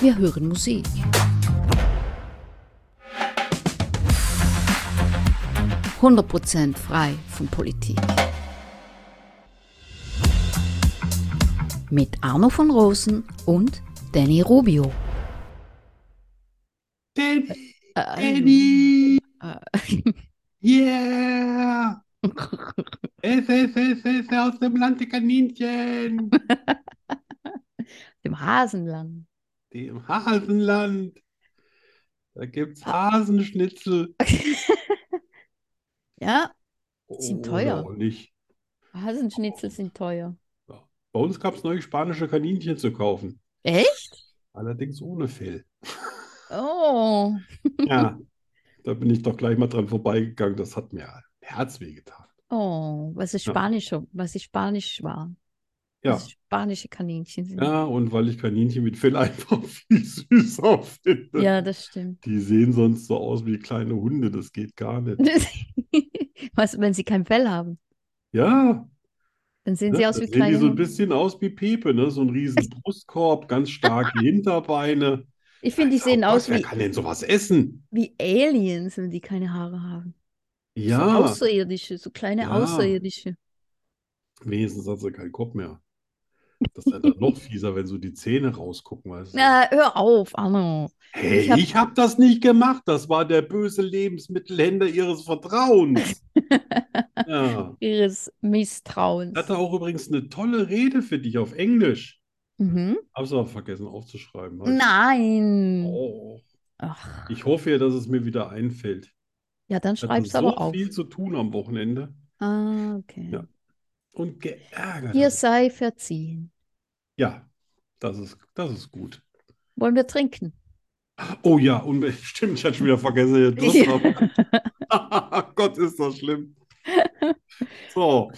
wir hören Musik. Prozent frei von Politik. Mit Arno von Rosen und Danny Rubio. Danny, Äh, Danny, äh, yeah! Es, es, es, es, aus dem Land der Kaninchen, dem Hasenland. dem Hasenland. Da gibt's Ah. Hasenschnitzel. Ja, Sind teuer. Oder auch Oh, nicht. Hasenschnitzel sind teuer. Bei uns gab's neue spanische Kaninchen zu kaufen. Echt? Allerdings ohne Fell. Oh. Ja, da bin ich doch gleich mal dran vorbeigegangen. Das hat mir Herz wehgetan. Oh, was ist Ja. Spanisch, was ist Spanisch war. Ja. Was ist spanische Kaninchen sind. Ja, und weil ich Kaninchen mit Fell einfach viel süßer finde. Ja, das stimmt. Die sehen sonst so aus wie kleine Hunde, das geht gar nicht. Was, wenn sie kein Fell haben, Ja, dann sehen ne? sie Da aus wie sehen die kleine so ein Hunde. bisschen aus wie Pepe, ne? So ein riesen Brustkorb, ganz starke Hinterbeine. Ich finde, die Oh sehen Gott, aus wer wie, kann denn sowas essen? wie Aliens, wenn die keine Haare haben. So Ja, Außerirdische, so kleine Ja. Außerirdische. wenigstens hat sie keinen Kopf mehr. Das ist ja dann noch fieser, wenn so die Zähne rausgucken, weißt du? Na, hör auf, Arno. Hey, ich hab- ich hab das nicht gemacht. Das war der böse Lebensmittelhändler ihres Vertrauens. Ja. Ihres Misstrauens. Ich hatte auch übrigens eine tolle Rede für dich auf Englisch. Mhm. Hab's aber vergessen aufzuschreiben. Hab ich- Nein. Oh, Ach. ich hoffe ja, dass es mir wieder einfällt. Ja, dann Ich hatte schreib's so aber auf. viel zu tun am Wochenende Ah, okay. Ja. und geärgert. Hier habe ich- sei verziehen. Ja, das ist, das ist gut. Wollen wir trinken? Oh ja, und stimmt, ich hatte schon wieder vergessen, dass ich Durst habe. Gott, ist das schlimm. So.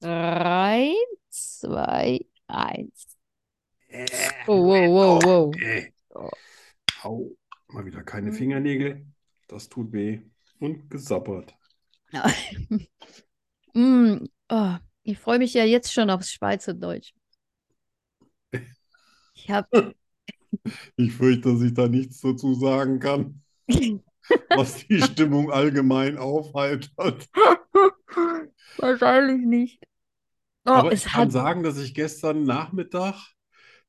Drei, zwei, eins. Oh, wow, wow, wow. Äh. Oh. Au. Mal wieder keine Hm. Fingernägel. Das tut weh. Und gesappert. Mm, oh, ich freue mich ja jetzt schon aufs Schweizerdeutsch. Ich habe Ich fürchte, dass ich da nichts dazu sagen kann, was die Stimmung allgemein Oh, aufheitert. wahrscheinlich nicht. Oh, Aber es ich kann hat sagen, dass ich gestern Nachmittag,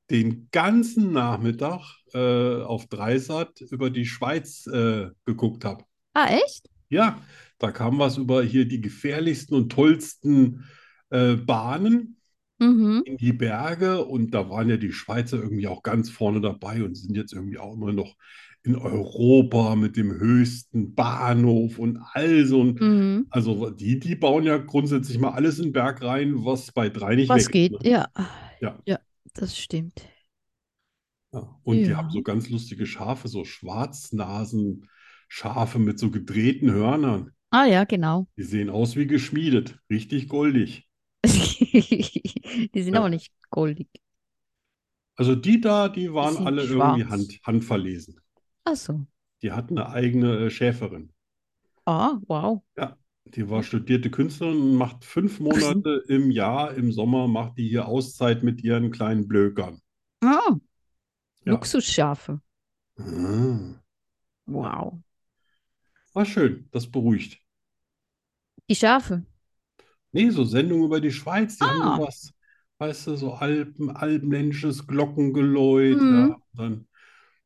den ganzen Nachmittag äh, auf Dreisat über die Schweiz äh, geguckt habe. Ah, echt? Ja, da kam was über hier die gefährlichsten und tollsten äh, Bahnen Mhm. in die Berge und da waren ja die Schweizer irgendwie auch ganz vorne dabei und sind jetzt irgendwie auch immer noch in Europa mit dem höchsten Bahnhof und all so ein. Mhm. Also die, die bauen ja grundsätzlich mal alles in den Berg rein, was bei drei nicht Was wächst, geht? ne? Ja. Ja. Ja, das stimmt. Ja. Und die Ja. haben so ganz lustige Schafe, so Schwarznasen-Schafe mit so gedrehten Hörnern. Ah ja, genau. Die sehen aus wie geschmiedet, richtig goldig. Die sind Ja. aber nicht goldig. Also die da, die waren sind alle irgendwie schwarz. hand, handverlesen. Ach so. Die hatten eine eigene äh, Schäferin. Ah, wow. Die war studierte Künstlerin und macht fünf Monate im Jahr, im Sommer macht die hier Auszeit mit ihren kleinen Blökern. Ah, Ja. Luxusschafe. Ah, Wow. war schön, das beruhigt. Die Schafe. Nee, so Sendungen über die Schweiz, die Ah. haben sowas, weißt du, so Alpen, alpenländisches Glockengeläut, Mhm. ja. Dann,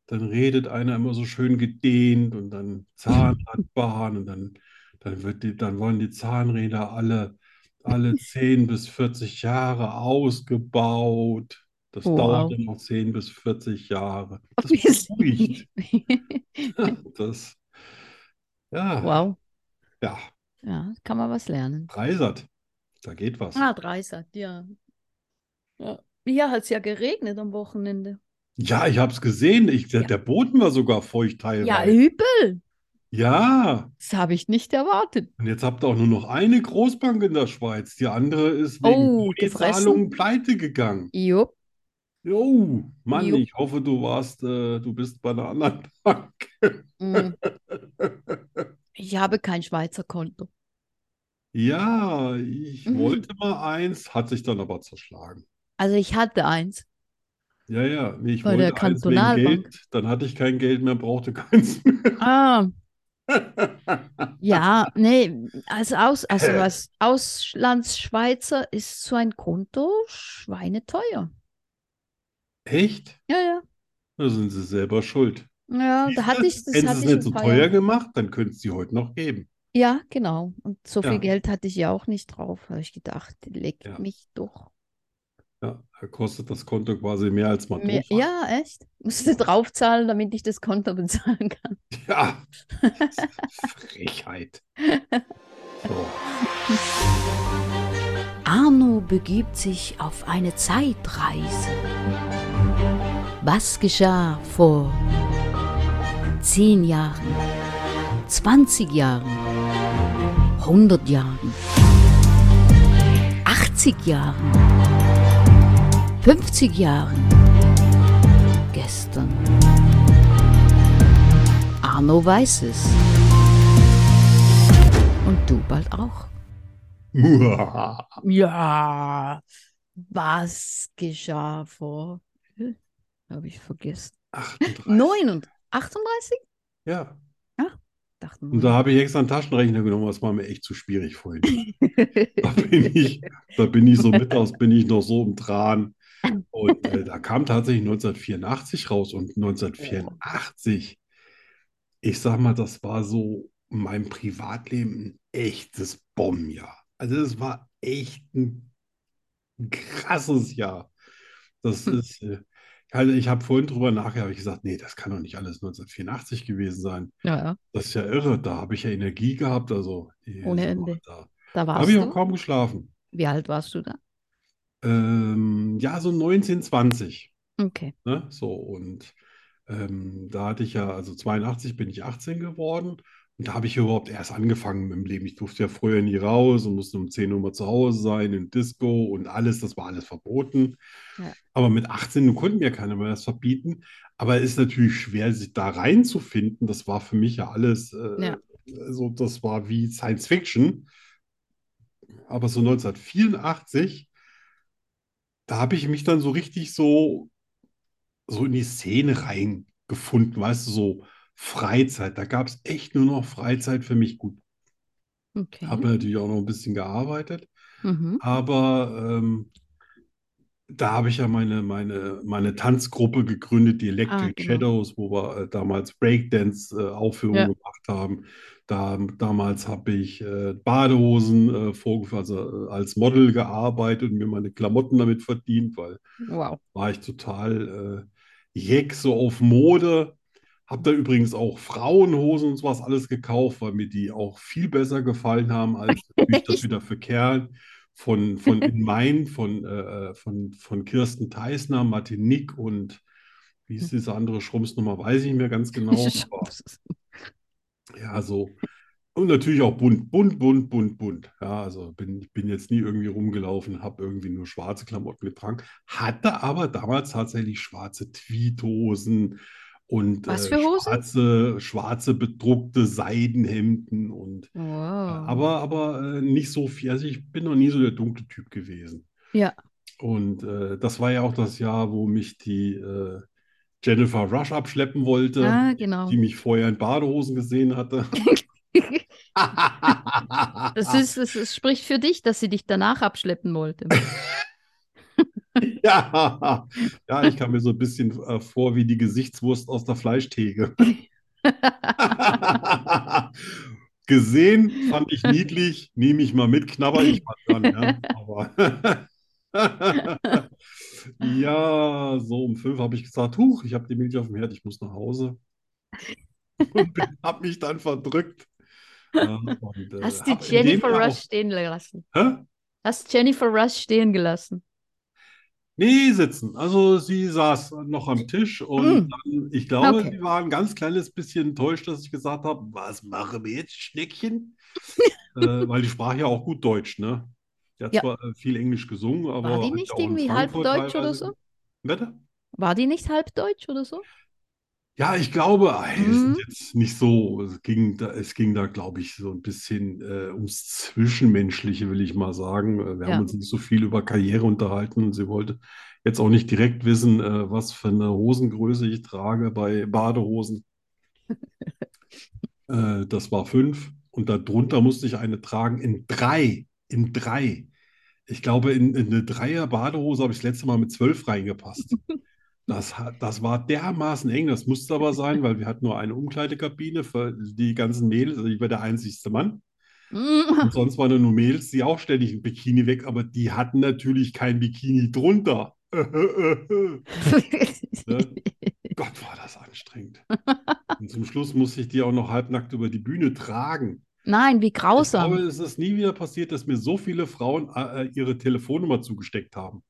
dann redet einer immer so schön gedehnt und dann Zahnradbahn und dann, dann wird die, dann wollen die Zahnräder alle, alle 10 bis 40 Jahre ausgebaut. Das dauert Oh, Wow. dann noch 10 bis 40 Jahre. Das beruhigt. Das, ja, Wow. ja, Ja, kann man was lernen. Dreisat, da geht was. Ah, Dreisat, ja. Ja, hier hat es ja geregnet am Wochenende. Ja, ich habe es gesehen. Ich, der, Ja, der Boden war sogar feucht ja, äh. teilweise. übel. Ja, Das habe ich nicht erwartet. und jetzt habt ihr auch nur noch eine Großbank in der Schweiz. Die andere ist wegen Oh, gefressen? Boni-Zahlungen pleite gegangen. Jupp, Jo, Mann, jupp. ich hoffe, du warst, äh, du bist bei einer anderen Bank. Mm. Ich habe kein Schweizer Konto. Ja, ich Mhm. wollte mal eins, hat sich dann aber zerschlagen. Also ich hatte eins Ja, ja, nee, ich bei der wollte eins wegen Kantonalbank. Geld, dann hatte ich kein Geld mehr, brauchte keins mehr. Ah, ja, Also, äh, nee, als Aus, also als Auslandsschweizer ist so ein Konto schweineteuer. Echt? Ja, ja. Da sind sie selber schuld. Ja, da Siehst hatte du, ich, das hätten sie hatte es ich nicht ein so paar teuer Jahre. gemacht, dann könnten sie heute noch geben. Ja, genau. Und so viel Ja, Geld hatte ich ja auch nicht drauf. Habe ich gedacht, legt ja, mich doch. ja. Da kostet das Konto quasi mehr, als man Mehr. tot war. Ja, echt? Musste draufzahlen, damit ich das Konto bezahlen kann. Ja, das ist Frechheit. So. Arno begibt sich auf eine Zeitreise. Was geschah vor 10 Jahren, 20 Jahren, 100 Jahren, 80 Jahren, 50 Jahren, gestern? Arno weiß es. Und du bald auch. Muhaha. Ja, was geschah vor? Habe ich vergessen. 38. 9 und 38? Ja. Ach, dachte Und da 9. habe ich extra einen Taschenrechner genommen, das war mir echt zu schwierig vorhin. Da bin ich, da bin ich so mittags, bin ich noch so im Tran. Und äh, da kam tatsächlich 1984 raus und Oh. 1984, ich sag mal, das war so in meinem Privatleben ein echtes Bombenjahr. Also es war echt ein krasses Jahr. Das Hm. ist, äh, also ich habe vorhin drüber nachher habe ich gesagt, nee, das kann doch nicht alles 1984 gewesen sein. Ja, ja, Das ist ja irre, da habe ich ja Energie gehabt, also nee, ohne sag mal, Ende. da, Da da habe ich warst auch du? kaum geschlafen. Wie alt warst du da? Ähm, ja, so 19, 20. Okay. Ne? So, und ähm, da hatte ich ja, also 82 bin ich 18 geworden und da habe ich überhaupt erst angefangen mit dem Leben. Ich durfte ja früher nie raus und musste um 10 Uhr mal zu Hause sein, im Disco und alles, das war alles verboten. Ja. Aber mit 18 nun konnten mir keiner mehr das verbieten. Aber es ist natürlich schwer, sich da reinzufinden. Das war für mich ja alles, äh, Ja. so, das war wie Science Fiction. Aber so 1984, da habe ich mich dann so richtig so so in die Szene reingefunden, weißt du, so Freizeit. Da gab es echt nur noch Freizeit für mich. Gut, Okay. habe natürlich auch noch ein bisschen gearbeitet, Mhm. aber ähm, da habe ich ja meine, meine, meine Tanzgruppe gegründet, die Ah, Electric genau. Shadows, wo wir äh, damals Breakdance-Aufführungen Ja. gemacht haben. Da, damals habe ich äh, Badehosen äh, vorgef- also, äh, als Model gearbeitet und mir meine Klamotten damit verdient, weil Wow. war ich total äh, jeck so auf Mode. Hab da übrigens auch Frauenhosen und sowas alles gekauft, weil mir die auch viel besser gefallen haben als natürlich das Echt? wieder für Kerl von, von In Main, von, äh, von, von Kirsten Theisner, Martin Nick und wie ist diese andere Schrumpfnummer, weiß ich nicht mehr ganz genau, aber Schubs. ja, so. Und natürlich auch bunt, bunt, bunt, bunt, bunt. Ja, also bin, ich bin jetzt nie irgendwie rumgelaufen, habe irgendwie nur schwarze Klamotten getragen, hatte aber damals tatsächlich schwarze Tweethosen und Was äh, für Hosen? schwarze, schwarze bedruckte Seidenhemden und äh, Wow. aber, aber äh, nicht so viel. Also ich bin noch nie so der dunkle Typ gewesen. Ja. Und äh, das war ja auch das Jahr, wo mich die äh, Jennifer Rush abschleppen wollte, Ah, äh, die genau. mich vorher in Badehosen gesehen hatte. Das Ah. ist, das, das spricht für dich, dass sie dich danach abschleppen wollte. Äh, Ja, ja, ich kam mir so ein bisschen äh, vor wie die Gesichtswurst aus der Fleischtheke. Gesehen, fand ich niedlich, nehme ich mal mit, knabber ich mal dran, ja. Aber ja, so um fünf habe ich gesagt, huch, ich habe die Milch auf dem Herd, ich muss nach Hause und habe mich dann verdrückt. Ja, und äh, Hast du habe in dem Jennifer Jahr Rush auch, stehen gelassen? hä? Hast Jennifer Rush stehen gelassen? Nee, sitzen. Also sie saß noch am Tisch und Mm. dann, ich glaube, Okay. sie war ein ganz kleines bisschen enttäuscht, dass ich gesagt habe, was machen wir jetzt, Schneckchen? äh, weil die sprach ja auch gut Deutsch, ne? Die hat Ja. zwar äh, viel Englisch gesungen, aber die hat ja nicht auch in irgendwie halb Frankfurt deutsch oder teilweise- so? Bitte? War die nicht halb deutsch oder so? Ja, ich glaube, ey, es Mhm. ist jetzt nicht so. Es ging da, es ging da, glaube ich, so ein bisschen äh, ums Zwischenmenschliche, will ich mal sagen. Äh, Wir Ja. haben uns nicht so viel über Karriere unterhalten und sie wollte jetzt auch nicht direkt wissen, äh, was für eine Hosengröße ich trage bei Badehosen. Äh, das war fünf und darunter musste ich eine tragen in drei, in drei. Ich glaube, in, in eine Dreier-Badehose habe ich das letzte Mal mit zwölf reingepasst. Das, hat, das war dermaßen eng, das musste aber sein, weil wir hatten nur eine Umkleidekabine für die ganzen Mädels. Also ich war der einzigste Mann. Und sonst waren da nur Mädels, die auch ständig ein Bikini weg, aber die hatten natürlich kein Bikini drunter. ne? Gott, war das anstrengend. Und zum Schluss musste ich die auch noch halbnackt über die Bühne tragen. Nein, wie Ich glaube, grausam. es ist nie wieder passiert, dass mir so viele Frauen äh, äh, ihre Telefonnummer zugesteckt haben.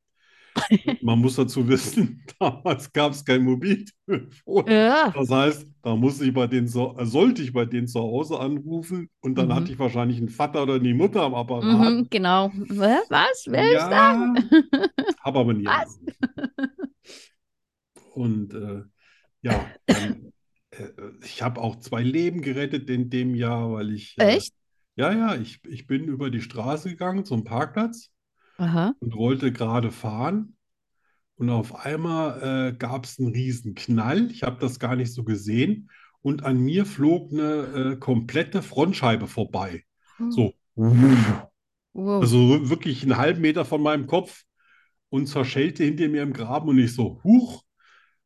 Und Man muss dazu wissen, damals gab es kein Mobiltelefon. Ja. Das heißt, da muss ich bei denen so, äh, sollte ich bei denen zu Hause anrufen und dann Mhm. hatte ich wahrscheinlich einen Vater oder eine Mutter am Apparat. Mhm, genau. Hä? Was willst du? Ja, habe aber nie Was? angerufen. Und äh, ja, dann, äh, ich habe auch zwei Leben gerettet in dem Jahr, weil ich äh, Echt? ja, ja, ich, ich bin über die Straße gegangen zum Parkplatz Aha. und wollte gerade fahren. Und auf einmal äh, gab es einen riesen Knall. Ich habe das gar nicht so gesehen. Und an mir flog eine äh, komplette Frontscheibe vorbei. So, Wow. also wirklich einen halben Meter von meinem Kopf und zerschellte hinter mir im Graben und ich so, huch,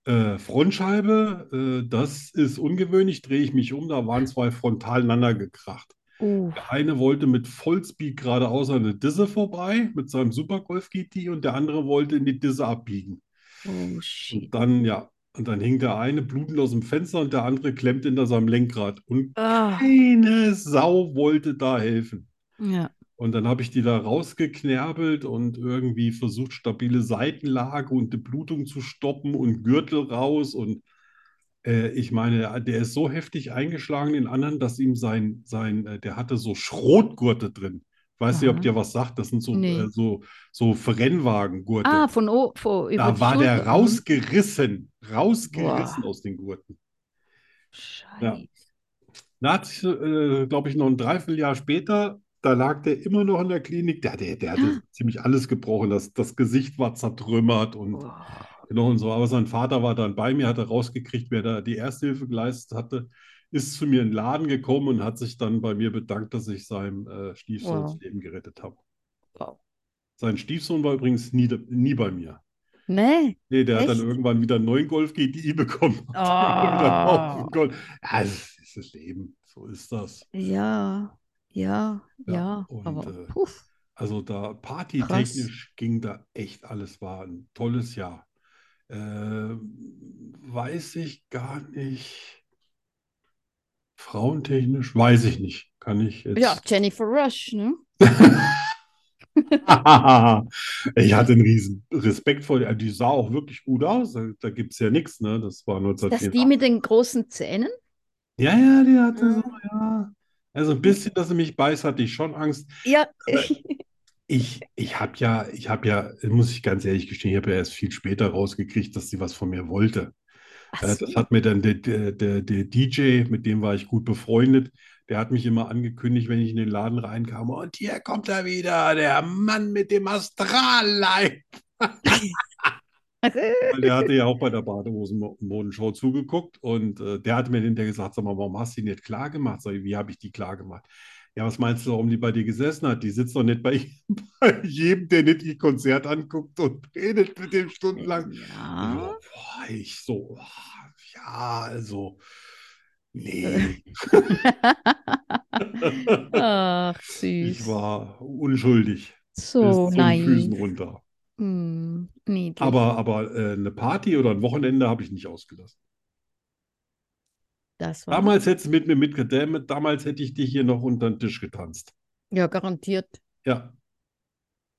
äh, Frontscheibe, äh, das ist ungewöhnlich, drehe ich mich um, da waren zwei frontal ineinander gekracht. Uh. Der eine wollte mit Vollspeed geradeaus an eine Disse vorbei, mit seinem Supergolf GT, und der andere wollte in die Disse abbiegen. Oh, Und shit. dann, ja, und dann hing der eine blutend aus dem Fenster und der andere klemmte hinter seinem Lenkrad. Und Ah. keine Sau wollte da helfen. Ja. Und dann habe ich die da rausgeknerbelt und irgendwie versucht, stabile Seitenlage und die Blutung zu stoppen und Gürtel raus. Und äh, ich meine, der ist so heftig eingeschlagen, den anderen, dass ihm sein, sein äh, der hatte so Schrotgurte drin. Ich weiß nicht, ob Aha. dir was sagt. Das sind so, Nee. äh, so, so Verrennwagengurte. Ah, von o von, über da die war der Schulter. rausgerissen, rausgerissen Boah. aus den Gurten. Scheiße. Da hat sich, äh, glaube ich, noch ein Dreivierteljahr später, da lag der immer noch in der Klinik. Der, der, der Ah. hatte ziemlich alles gebrochen. Das, das Gesicht war zertrümmert und Boah. genau und so. Aber sein Vater war dann bei mir, hat er rausgekriegt, wer da die Ersthilfe geleistet hatte, ist zu mir in den Laden gekommen und hat sich dann bei mir bedankt, dass ich seinem äh, Stiefsohn Wow. das Leben gerettet habe. Wow. Sein Stiefsohn war übrigens nie, nie bei mir. Nee. Nee, der hat dann Echt? irgendwann wieder einen neuen Golf GTI bekommen. Hat dann wieder Oh. einen Haufen Golf. Ja, das ist das Leben. So ist das. Ja. Ja. Ja, Ja. und, Aber äh, puff. Also da partytechnisch ging da echt alles. War ein tolles Jahr. Ähm, weiß ich gar nicht. Frauentechnisch weiß ich nicht. Kann ich jetzt. Ja, Jennifer Rush, ne? Ich hatte einen riesen Respekt vor der. Die sah auch wirklich gut aus. Da, da gibt es ja nichts, ne? Das war Das 1984. die mit den großen Zähnen? Ja, ja, die hatte so, Mhm. ja. Also ein bisschen, dass sie mich beißt, hatte ich schon Angst. Ja. Ich, ich habe ja, ich habe ja, muss ich ganz ehrlich gestehen, ich habe ja erst viel später rausgekriegt, dass sie was von mir wollte. Ach Äh, so. Das hat mir dann der, der, der, der DJ, mit dem war ich gut befreundet, der hat mich immer angekündigt, wenn ich in den Laden reinkam, und hier kommt er wieder, der Mann mit dem Astralleib. Weil der hatte ja auch bei der Badehosenmodenshow zugeguckt und äh, der hat mir hinterher gesagt, sag mal, warum hast du die nicht klar gemacht? Sag ich, wie habe ich die klar gemacht? Ja, was meinst du, warum die bei dir gesessen hat? Die sitzt doch nicht bei, bei jedem, der nicht ihr Konzert anguckt und redet mit dem stundenlang. Und Ja. so, boah, ich so, ah, ja, also, nee. Äh, Ach, Ich süß. war unschuldig bis So zum Füßen naiv. runter. Hm, niedlich. Aber, aber äh, eine Party oder ein Wochenende habe ich nicht ausgelassen. das war Damals hättest du mit mir mitgedämmt, damals hätte ich dich hier noch unter den Tisch getanzt. ja garantiert. Ja,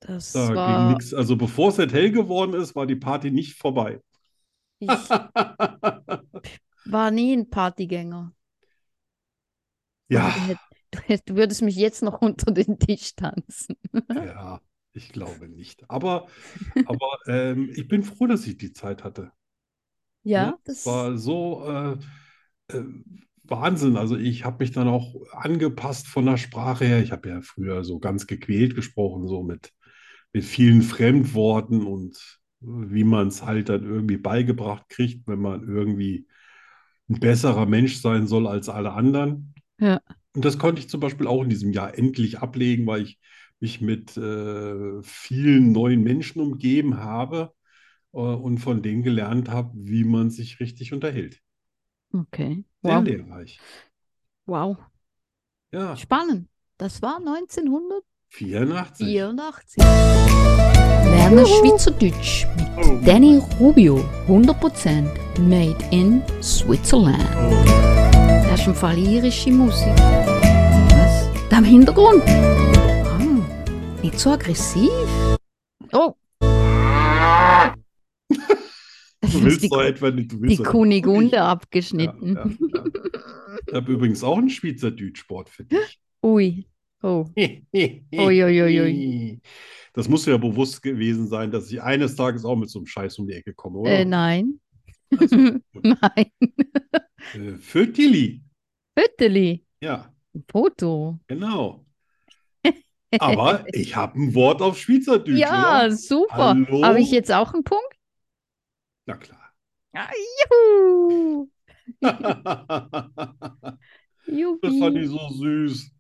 Das Da ging war. nichts. Also bevor es nicht hell geworden ist, war die Party nicht vorbei. Ich war nie ein Partygänger. Ja, Du, hätt- du würdest mich jetzt noch unter den Tisch tanzen. ja, ich glaube nicht. Aber, aber ähm, ich bin froh, dass ich die Zeit hatte. Ja, Es das. Ne? war so äh, äh, Wahnsinn. Also ich habe mich dann auch angepasst von der Sprache her. Ich habe ja früher so ganz gequält gesprochen, so mit, mit vielen Fremdworten und wie man es halt dann irgendwie beigebracht kriegt, wenn man irgendwie ein besserer Mensch sein soll als alle anderen. Ja. Und das konnte ich zum Beispiel auch in diesem Jahr endlich ablegen, weil ich mich mit äh, vielen neuen Menschen umgeben habe äh, und von denen gelernt habe, wie man sich richtig unterhält. Okay. Sehr Wow. lehrreich. Wow. Ja, Spannend. Das war 1984. 84. Lerne Schweizerdeutsch Oh. mit Danny Rubio. 100% made in Switzerland. Oh. Das ist im Fall irische Musik. Was? Da im Hintergrund? Ah, nicht so aggressiv. Oh, Du ich habe willst die, doch etwa nicht, du willst die doch- Kunigunde Ja, abgeschnitten. ja, ja. Ich habe übrigens auch einen Schweizerdeutsch-Sport für dich. Ui. Oh. Uiuiuiui. Das muss ja bewusst gewesen sein, dass ich eines Tages auch mit so einem Scheiß um die Ecke komme, oder? Äh, nein. Also, Nein. äh, für Tilly. Bitteli. Ja, Ein Foto. genau. Aber ich habe ein Wort auf Schweizerdeutsch, Ja, oder? super. Hallo? Habe ich jetzt auch einen Punkt? Na klar. Ah, juhu. Das fand ich Juhu. so süß.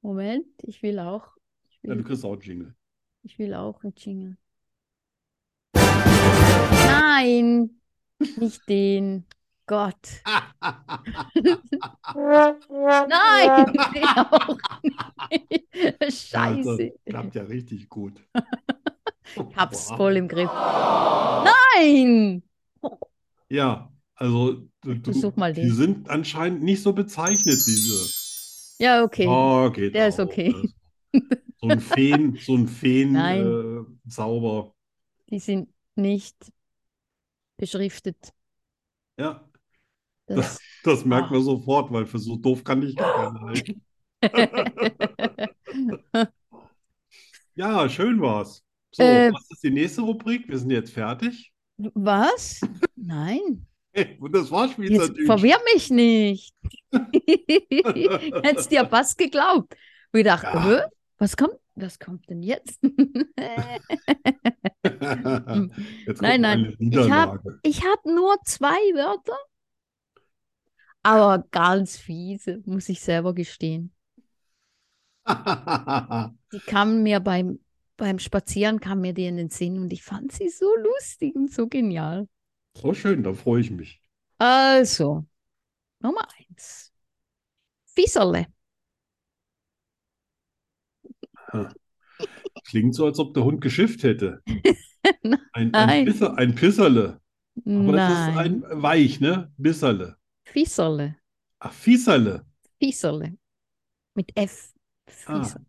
Moment, ich will auch. Ich Ja, du will, kriegst auch einen Jingle. ich will auch einen Jingle. Nein, nicht den. Gott. Ah. Ah. Nein, den auch nicht. Scheiße. Klappt ja richtig gut. Ich hab's Boah. voll im Griff. Nein! Ja, also du, du, Versuch mal die den. sind anscheinend nicht so bezeichnet, diese. Ja, okay. Oh, geht Der ist auch. okay. So ein Feen, so ein Feen, Nein. äh, sauber. Die sind nicht beschriftet. Ja, Das, das merkt Ah. man sofort, weil für so doof kann ich gar keinen halten. Ja, schön war's. So, Äh. was ist die nächste Rubrik? Wir sind jetzt fertig. Was? Nein. Und das war Jetzt Schweizerdeutsch. verwirr mich nicht. Hättest dir was geglaubt. Und ich dachte, Ja. hä? was kommt, was kommt denn jetzt? Jetzt Hm. Nein, kommt nein. eine Ich hab- Niederlage. Ich habe nur zwei Wörter, aber ganz fiese, muss ich selber gestehen. Die kamen mir beim, beim Spazieren, kam mir die in den Sinn und ich fand sie so lustig und so genial. Oh, schön, da freue ich mich. Also, Nummer eins. Fieserle. Klingt so, als ob der Hund geschifft hätte. Nein. Ein, Nein. ein, Pisser, ein Pisserle. Aber es ist Nein, ein weich, ne? Bisserle. Fieserle. Ach, Fieserle. Fieserle. Mit F. Ah. Fieserle.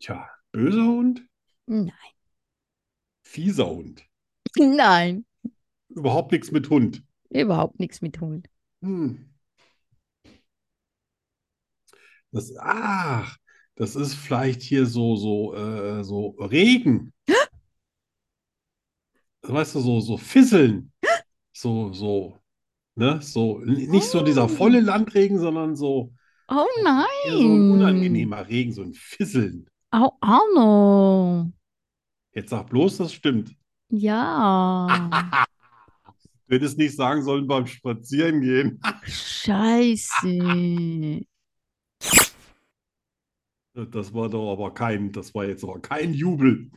Tja, böser Hund, Nein. fieser Hund. Nein, Überhaupt nichts mit Hund. überhaupt nichts mit Hund. Hm. Das, ach, das ist vielleicht hier so, so, äh, so Regen. Weißt du, so, so Fisseln. So, so, ne? So, n- nicht so dieser volle Landregen, sondern so, Oh nein. eher so ein unangenehmer Regen, so ein Fisseln. Oh, Arno. Jetzt sag bloß, das stimmt. Ja. Du hättest nicht sagen sollen beim Spazierengehen. Scheiße. Das war doch aber kein, das war jetzt aber kein Jubel.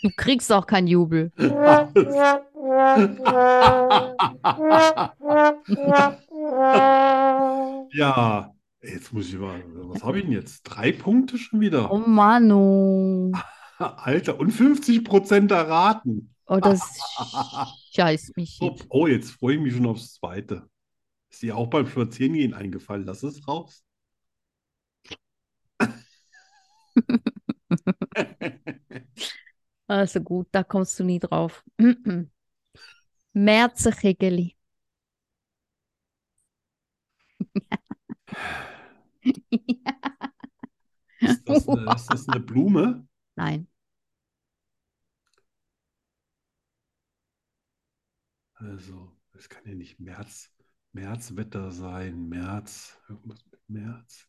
Du kriegst auch keinen Jubel. Ja, jetzt muss ich mal, was habe ich denn jetzt? Drei Punkte schon wieder? Oh Mann. Oh, Alter, und 50 Prozent erraten. oh das scheißt mich Oh, jetzt. oh, jetzt freue ich mich schon aufs Zweite. Ist dir auch beim Spazierengehen eingefallen? Lass es raus. Also gut, da kommst du nie drauf. Märzekegeli. Ist das eine, ist das eine Blume? Nein. Also, es kann ja nicht März, Märzwetter sein. März, irgendwas mit März.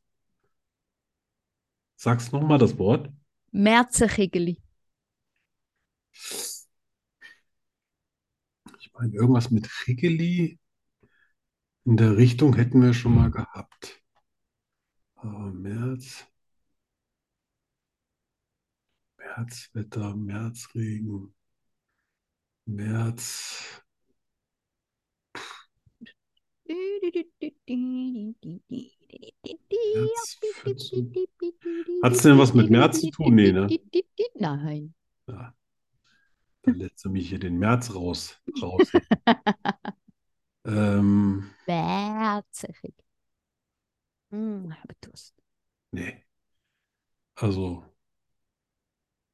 Sag's nochmal das Wort. Märzekegeli. Ich meine, irgendwas mit Riggeli in der Richtung hätten wir schon mal gehabt. Aber März. Märzwetter, Märzregen, März. Hat's denn was mit März zu tun? Nee, ne? Nein. Ja. Dann lässt du mich hier den März raus. raus. ähm, Märzekegeli. Hm, habe Durst. nee. Also,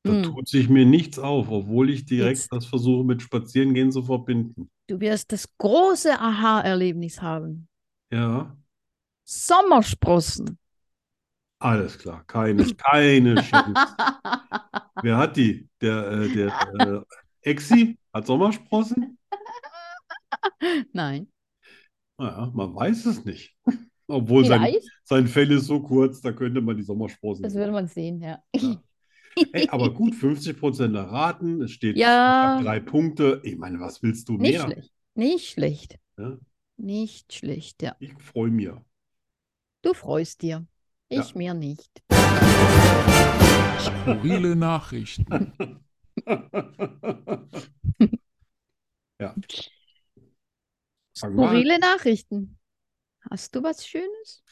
da Hm. tut sich mir nichts auf, obwohl ich direkt Jetzt. das versuche, mit Spazierengehen zu verbinden. Du wirst das große Aha-Erlebnis haben. Ja, Sommersprossen. alles klar. Keines, keine Chance. Wer hat die? Der, äh, der äh, Exi hat Sommersprossen? Nein. Naja, man weiß es nicht. Obwohl sein, Vielleicht, sein Fell ist so kurz, da könnte man die Sommersprossen das sehen. würde man sehen, ja. Ja. Ey, aber gut, 50% erraten, es steht Ja. drei Punkte. Ich meine, was willst du Nicht mehr? schlecht. Nicht schlecht. Ja. Nicht schlecht, ja. Ich freue mich. Du freust dir. Ich mir nicht. Skurrile Nachrichten. Fang mal an. Skurrile Nachrichten. Hast du was Schönes?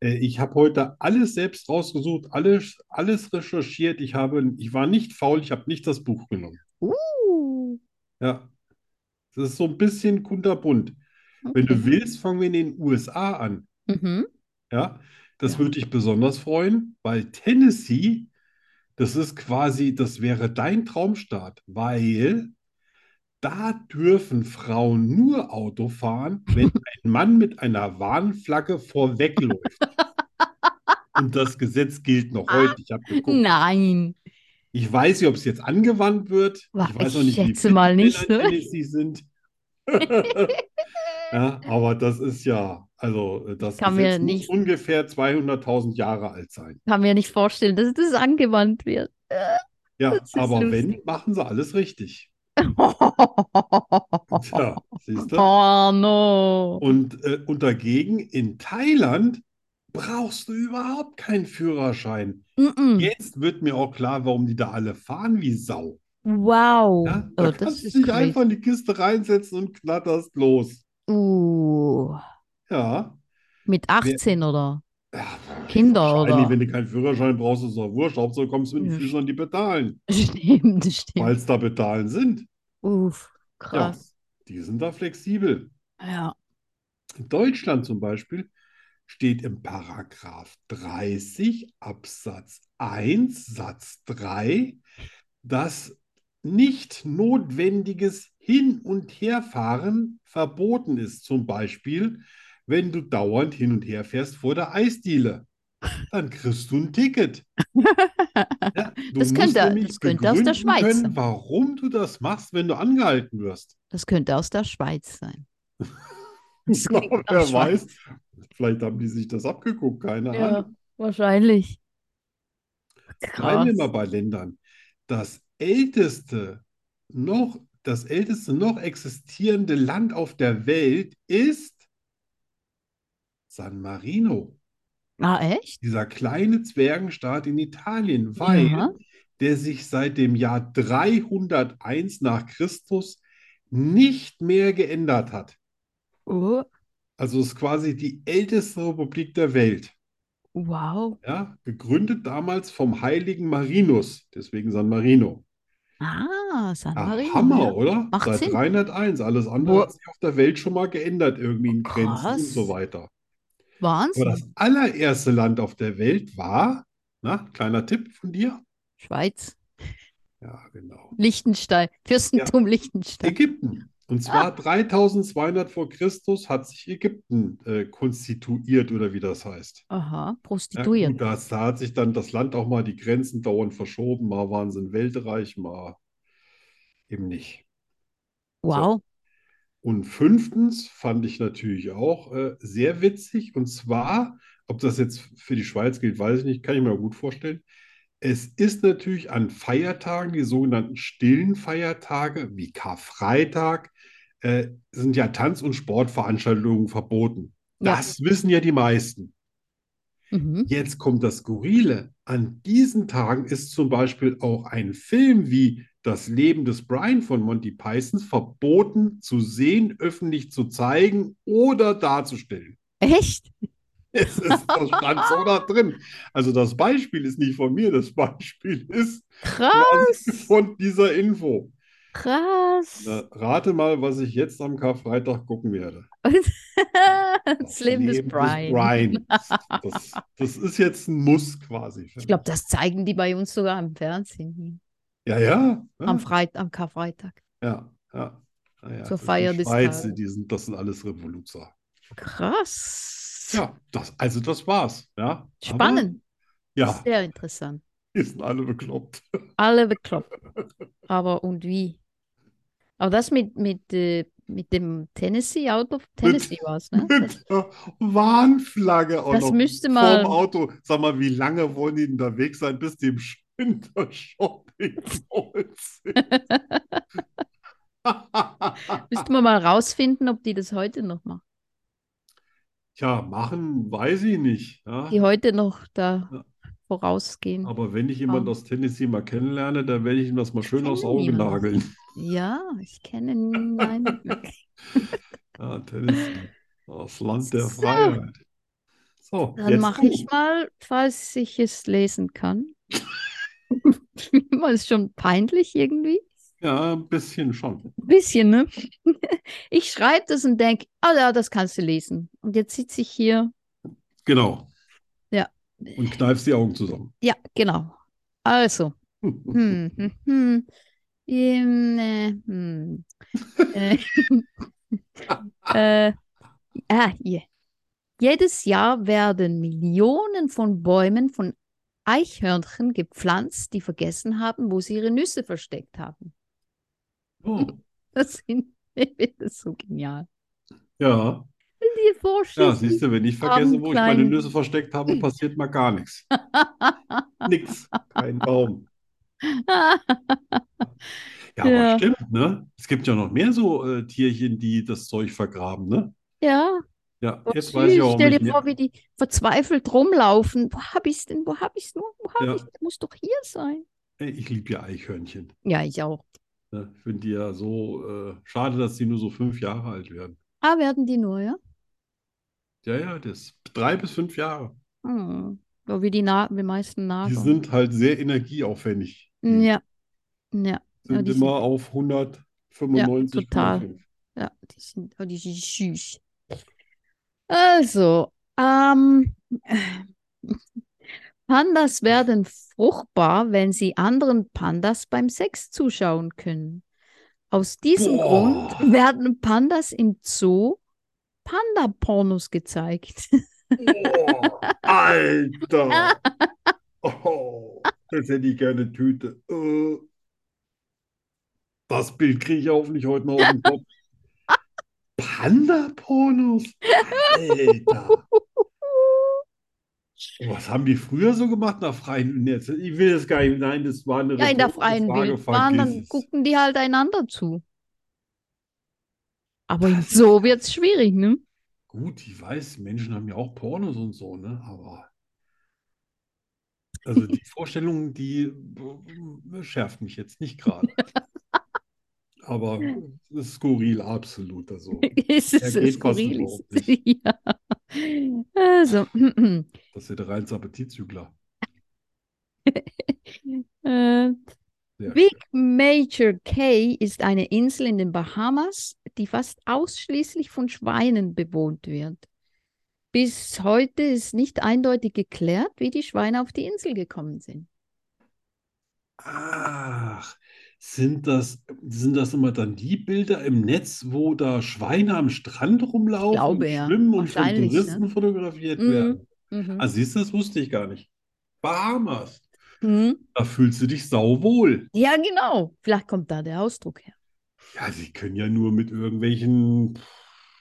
Äh, Ich habe heute alles selbst rausgesucht, alles, alles recherchiert. Ich habe, ich war nicht faul, ich habe nicht das Buch genommen. Uh, Ja, das ist so ein bisschen kunterbunt. Wenn du willst, fangen wir in den USA an. Mhm. Ja, das Ja. würde dich besonders freuen, weil Tennessee, das ist quasi, das wäre dein Traumstaat, weil da dürfen Frauen nur Auto fahren, wenn ein Mann mit einer Warnflagge vorwegläuft. Und das Gesetz gilt noch heute. Ich habe geguckt. Nein. Ich weiß nicht, ob es jetzt angewandt wird. Wa- Ich weiß ich auch nicht, wie schätze fit mal die nicht, Männer in ne? Tennessee sind. Ja, aber das ist ja, also äh, das Kann Gesetz mir muss nicht- ungefähr 200.000 Jahre alt sein. Kann mir nicht vorstellen, dass das angewandt wird. Ja, Das ist aber wenn, lustig. machen sie alles richtig. Tja, siehst du? Oh no. Und, äh, und dagegen in Thailand brauchst du überhaupt keinen Führerschein. Mm-mm. Jetzt wird mir auch klar, warum die da alle fahren wie Sau. Wow. Ja, Oh, da das kannst du ist dich crazy. einfach in die Kiste reinsetzen und knatterst los. Uh, Ja. mit 18 oder? Ja, Kinder, wahrscheinlich, oder? Hm. wenn du keinen Führerschein brauchst, ist doch wurscht. Hauptsache kommst du mit den Ja. Füßen an die Pedalen, Stimmt, stimmt. weil es da Pedalen sind. Uff, Ja, krass. die sind da flexibel. Ja. In Deutschland zum Beispiel steht im Paragraph 30 Absatz 1 Satz 3, dass nicht notwendiges Hin- und Herfahren verboten ist. Zum Beispiel, wenn du dauernd hin und her fährst vor der Eisdiele, dann kriegst du ein Ticket. Ja, du Das musst könnte- nämlich das könnte aus der begründen Schweiz können, sein. warum du das machst, wenn du angehalten wirst. Das könnte aus der Schweiz sein. Das Ja, klingt nach wer Schweiz. weiß, vielleicht haben die sich das abgeguckt, keine Ja, Ahnung. wahrscheinlich. Bleiben wir mal Krass. bei Ländern. Das älteste noch, das älteste noch existierende Land auf der Welt ist San Marino. Ah, echt? Dieser kleine Zwergenstaat in Italien, weil Ja. der sich seit dem Jahr 301 nach Christus nicht mehr geändert hat. Oh, Also ist quasi die älteste Republik der Welt. wow. Ja, gegründet damals vom heiligen Marinus, deswegen San Marino. Ah, San Ja, Marino. Hammer, ja. oder? Macht Seit Sinn. 301. Alles andere Wo- hat sich auf der Welt schon mal geändert, irgendwie in Grenzen und Oh, Krass. so weiter. Aber Wahnsinn. das allererste Land auf der Welt war, na, kleiner Tipp von dir, Schweiz, Ja, genau. Liechtenstein, Fürstentum Liechtenstein. Ägypten. Ah. Und zwar 3200 vor Christus hat sich Ägypten äh, konstituiert oder wie das heißt. Aha, Ja, prostituiert. gut, das, da hat sich dann das Land auch mal die Grenzen dauernd verschoben. Mal waren sie ein Weltreich, mal eben nicht. Wow. Und fünftens fand ich natürlich auch äh, sehr witzig. Und zwar, ob das jetzt für die Schweiz gilt, weiß ich nicht, kann ich mir gut vorstellen. Es ist natürlich an Feiertagen, die sogenannten stillen Feiertage, wie Karfreitag, äh, sind ja Tanz- und Sportveranstaltungen verboten. Ja. Das wissen ja die meisten. Mhm. Jetzt kommt das Skurrile. An diesen Tagen ist zum Beispiel auch ein Film wie Das Leben des Brian von Monty Python verboten zu sehen, öffentlich zu zeigen oder darzustellen. Echt? Es ist, das stand so da drin. Also das Beispiel ist nicht von mir, das Beispiel ist Krass. von dieser Info. Krass. Na, rate mal, was ich jetzt am Karfreitag gucken werde. das Das Leben des Brian. Brian. Das, das ist jetzt ein Muss quasi. Ich glaube, das zeigen die bei uns sogar im Fernsehen. Ja, ja. ja. Am Freitag, am Karfreitag. Ja, ja. Ah ja, Zur das sind Feier die des Schweizer, Tages. die sind, das sind alles Revoluzer. Krass. Ja, das, also das war's. Ja. Aber, Spannend. ja, Sehr interessant. die sind alle bekloppt. Alle bekloppt. Aber und wie? Aber das mit, mit, äh, mit dem Tennessee, out of Tennessee war es, ne? Das, Mit der Warnflage auch das noch müsste vorm mal. Auto. Sag mal, wie lange wollen die denn da weg sein, bis die im Shopping Mall sind? Müsste man mal rausfinden, ob die das heute noch machen. Tja, machen weiß ich nicht. Ja. Die heute noch da Ja. vorausgehen. Aber wenn ich jemanden Ah. aus Tennessee mal kennenlerne, dann werde ich ihm das mal schön Kennen aufs Auge niemand. nageln. Ja, ich kenne nein. Ja, Tennessee, das Ah, Land der So. Freiheit. So, Dann jetzt mache du. ich mal, falls ich es lesen kann. Immer ist schon peinlich irgendwie. Ja, ein bisschen schon. Ein bisschen, ne? Ich schreibe das und denke, ah ja, das kannst du lesen. Und jetzt sitze ich hier. Genau. Ja. Und kneifst die Augen zusammen. Ja, genau. Also. Hm, hm, hm. Ähm, äh, hm. Äh, äh, ah, hier. Jedes Jahr werden Millionen von Bäumen von Eichhörnchen gepflanzt, die vergessen haben, wo sie ihre Nüsse versteckt haben. Oh, Das sind, ich finde das so genial. ja, Wenn du dir ja, vorstellst, siehst du, wenn ich vergesse, wo ich meine Abendklein. Nüsse versteckt habe, passiert mal gar nichts. Nix. Kein Baum. Ja, aber Ja. stimmt, ne? Es gibt ja noch mehr so äh, Tierchen, die das Zeug vergraben, ne? ja, Ja, voll jetzt weiß ich Oh, süß. auch Stell nicht dir mehr. vor, wie die verzweifelt rumlaufen. Wo hab ich's denn? Wo hab ich's nur? Wo hab Ja. ich's? Muss doch hier sein. Ey, Ich liebe ja Eichhörnchen. Ja, ich auch. Ne? Ich finde die ja so, äh, schade, dass die nur so fünf Jahre alt werden. Ah, werden die nur, ja? Ja, ja, das drei bis fünf Jahre. Hm. So wie die, Na die meisten Hm. Die Nagel. sind halt sehr energieaufwendig. Die Ah, Ja. Ja. sind ja, die immer auf 195. total. Ja, die sind, oh, die sind süß. Also, ähm, Pandas werden fruchtbar, wenn sie anderen Pandas beim Sex zuschauen können. Aus diesem Boah. Grund werden Pandas im Zoo Panda-Pornos gezeigt. Oh, Alter! Oh, das hätte ich gerne Tüte. Äh, Das Bild kriege ich hoffentlich heute noch auf den Kopf. Panda-Pornos? Alter! Oh, Was haben die früher so gemacht nach freien Netz? Ich will das gar nicht. Nein, das war eine Ja, in der rhetorische freien Frage. Wildbahn, Vergiss dann es. gucken die halt einander zu. Aber so wird's schwierig, ne? Gut, ich weiß, Menschen haben ja auch Pornos und so, ne? Aber also die Vorstellung, die äh, schärft mich jetzt nicht gerade. Aber es ist skurril, absolut. Also, Es ist Ja, äh, geht fast skurril. überhaupt ist- Ja. Also, das ist ja der reinste Appetitzügler. äh, Sehr Big Major Cay ist eine Insel in den Bahamas, die fast ausschließlich von Schweinen bewohnt wird. Bis heute ist nicht eindeutig geklärt, wie die Schweine auf die Insel gekommen sind. Ach, sind das, sind das immer dann die Bilder im Netz, wo da Schweine am Strand rumlaufen, glaube, und ja. schwimmen und von Wahrscheinlich, ne? Touristen fotografiert Mhm. werden? Mhm. Ah, siehst du, das wusste ich gar nicht. Bahamas, Mhm. da fühlst du dich sauwohl. Ja, genau. Vielleicht kommt da der Ausdruck her. Ja, sie können ja nur mit irgendwelchen pff,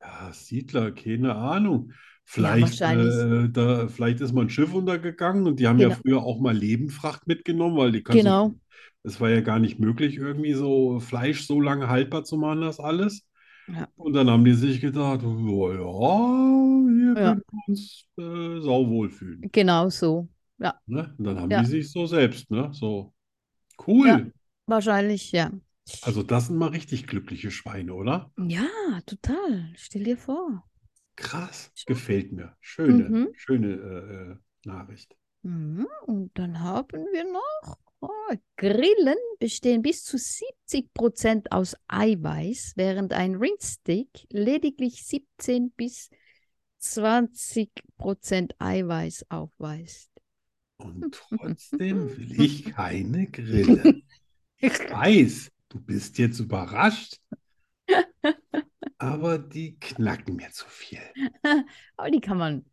ja, Siedler, keine Ahnung. Ja, Vielleicht, wahrscheinlich. äh, da, vielleicht ist mal ein Schiff untergegangen und die haben ja Genau. früher auch mal Lebenfracht mitgenommen, weil die kannst du, Genau. es war ja gar nicht möglich, irgendwie so Fleisch so lange haltbar zu machen, das alles. Ja. Und dann haben die sich gedacht, oh, ja, hier Ja, können wir uns äh, sauwohl fühlen. genau so. Ja, Ne? Und dann haben die ja, sich so selbst, ne? So, ja. cool. Wahrscheinlich, ja. Also das sind mal richtig glückliche Schweine, oder? Ja, total. Stell dir vor. Krass, gefällt mir. Schöne, Mhm. schöne äh, äh, Nachricht. Mhm. Und dann haben wir noch oh, Grillen bestehen bis zu 70 Prozent aus Eiweiß, während ein Rindsteak lediglich 17 bis 20 Prozent Eiweiß aufweist. Mhm. Und trotzdem will ich keine Grille. Ich weiß, du bist jetzt überrascht, aber die knacken mir zu viel. Aber die kann man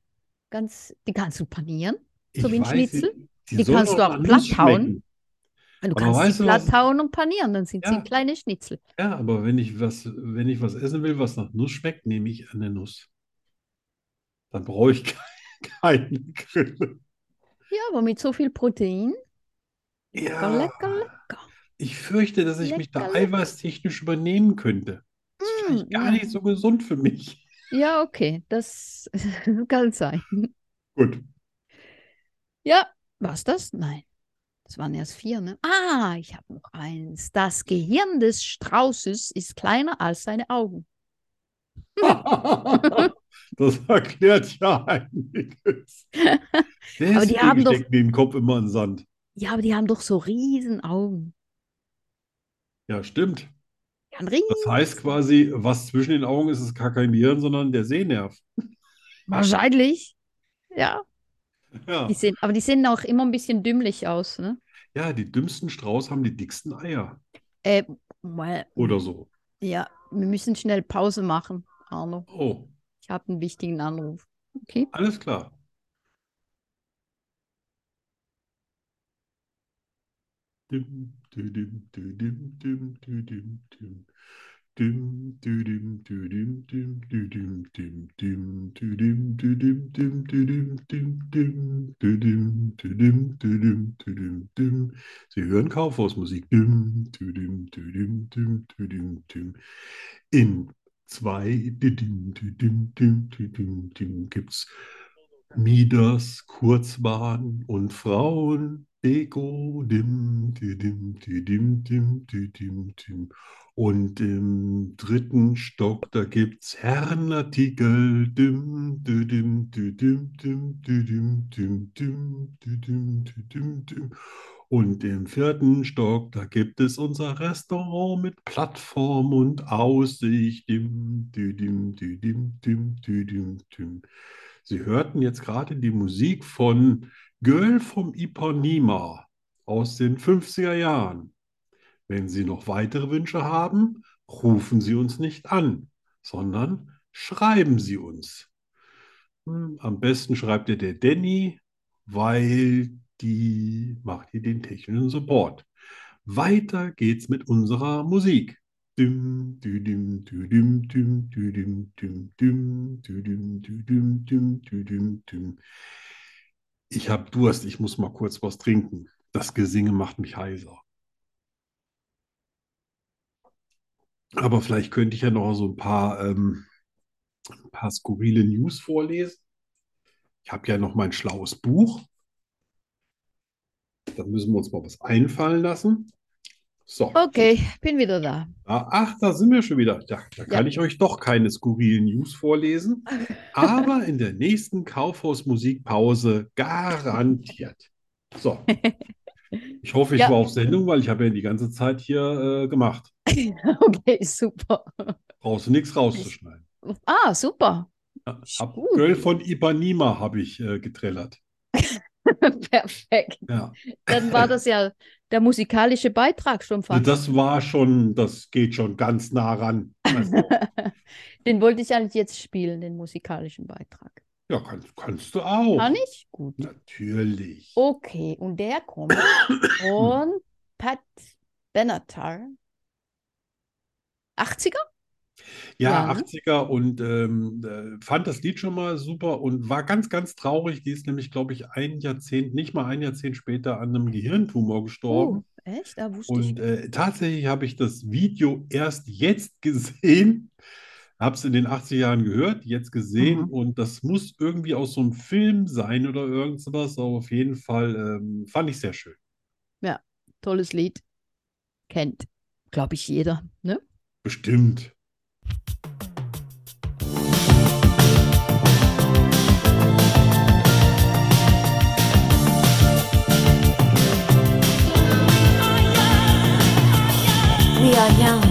ganz, die kannst du panieren, so wie Ich ein weiß, Schnitzel. die, die Die sollen kannst du auch auch anders platt hauen. schmecken. Du Aber kannst sie weißt du was? platt hauen und panieren, dann sind sie Ja, kleine Schnitzel. ja, aber wenn ich was, wenn ich was essen will, was nach Nuss schmeckt, nehme ich eine Nuss. Dann brauche ich keine Grille. Ja, aber mit so viel Protein. Lecker, Ja. lecker, lecker. Ich fürchte, dass ich mich da Lecker, lecker. eiweißtechnisch übernehmen könnte. Ist vielleicht Mm, gar ja. nicht so gesund für mich. ja, okay, das kann sein. Gut. Ja, war's das? Nein, das waren erst vier, ne? Ah, ich habe noch eins. Das Gehirn des Straußes ist kleiner als seine Augen. Das erklärt ja einiges. eh, Aber die Deswegen haben doch, stecken die den Kopf immer in den Sand. ja, aber die haben doch so riesen Augen. Ja, stimmt. Ja, ein Das heißt riesen. quasi, was zwischen den Augen ist, ist gar kein Gehirn, sondern der Sehnerv. Wahrscheinlich. Ja, die Ja. sehen, aber die sehen auch immer ein bisschen dümmlich aus, ne? Ja, die dümmsten Strauß haben die dicksten Eier. Äh, mal, Oder so. ja, wir müssen schnell Pause machen, Arno. Oh, Ich habe einen wichtigen Anruf. Okay. alles klar. Dim, düdim, düdim, dim, düdim, dim. Dim, düdim, düdim, dim, düdim, dim, dim, düdim, düdim, dim, düdim, dim, dim, düdim, düdim, düdim, düdim, dim. Sie hören Kaufhausmusik. Dim, düdim, düdim, dim, düdim, dim. In zwei düdim, düdim, dim, düdim, dim gibt's Midas, Kurzwahn und Frauen, Deko, dim, didim, didim, dim, didim, dim. Und im dritten Stock, da gibt's Herrenartikel, dim, didim, didim, dim, didim, dim, dim, didim, didim, dim. Und im vierten Stock, da gibt es unser Restaurant mit Plattform und Aussicht, dim, didim, didim, dim, didim, dim. Sie hörten jetzt gerade die Musik von Girl vom Ipanema aus den 50er Jahren. Wenn Sie noch weitere Wünsche haben, rufen Sie uns nicht an, sondern schreiben Sie uns. Hm, Am besten schreibt ihr der Danny, weil die macht hier den technischen Support. Weiter geht's mit unserer Musik. Dim, düdim, düdim, dim, düdim, dim, dim, düdim, düdim, dim, düdim, dim. Ich habe Durst, ich muss mal kurz was trinken. Das Gesinge macht mich heiser. Aber vielleicht könnte ich ja noch so ein paar, ähm, ein paar skurrile News vorlesen. Ich habe ja noch mein schlaues Buch. Da müssen wir uns mal was einfallen lassen. So, Okay, bin wieder da. Ah, Ach, da sind wir schon wieder. Da, da Ja. kann ich euch doch keine skurrilen News vorlesen, aber in der nächsten Kaufhausmusikpause garantiert. So, ich hoffe, ich Ja, war auf Sendung, weil ich habe ja die ganze Zeit hier äh, gemacht. okay, super. Brauchst du nichts rauszuschneiden. Ah, super. Ja, Ist hab Gut. Girl von Ipanema habe ich äh, getrellert. Perfekt. Ja. Dann war das ja der musikalische Beitrag schon Also fast. das war schon, das geht schon ganz nah ran. Also, Den wollte ich eigentlich jetzt spielen, den musikalischen Beitrag. ja, kannst, kannst du auch. Kann ich? Gut. Natürlich. Okay, und der kommt von Pat Benatar. 80er? Ja, Ja, ne? 80er und ähm, äh, fand das Lied schon mal super und war ganz, ganz traurig. Die ist nämlich, glaube ich, ein Jahrzehnt, nicht mal ein Jahrzehnt später an einem Gehirntumor Oh, gestorben. echt? Da wusste ich. Und äh, tatsächlich habe ich das Video erst jetzt gesehen. Habe es in den 80er Jahren gehört, jetzt gesehen. Mhm. Und das muss irgendwie aus so einem Film sein oder irgend sowas. Aber auf jeden Fall ähm, fand ich sehr schön. Tolles Lied. Kennt, glaube ich, jeder. Ne? Bestimmt. We are young,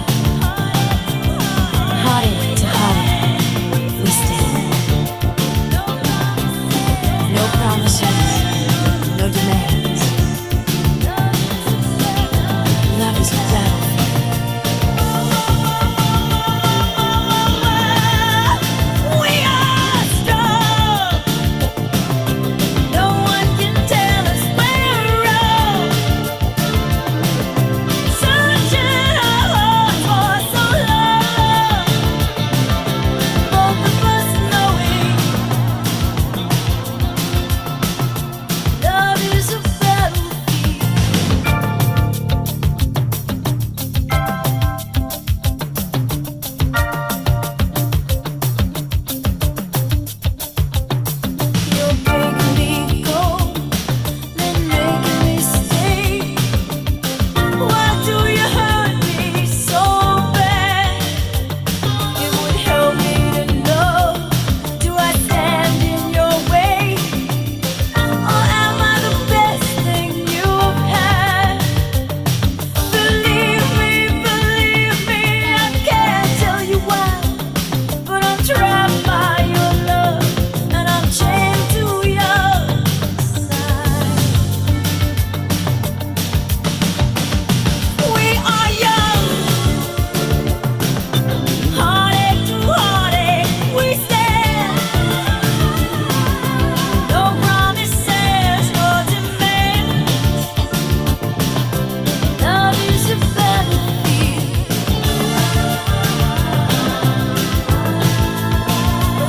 hearted to heart. We stand. No promises, no demands. Love is a battle. We are strong. No one can tell us we're wrong. Searching our hearts for so long. Both of us knowing love is a battlefield. You're breaking me cold and making me stay. Why do you hurt me so bad? It would help me to know. Do I stand in your way? Or am I the best thing you've had? Believe me, believe me, I can't tell you why, but I'm trapped by your love and I'm chained to your side. We are young, heartache to heartache, we stand. No promises, no demands. Love is a battlefield.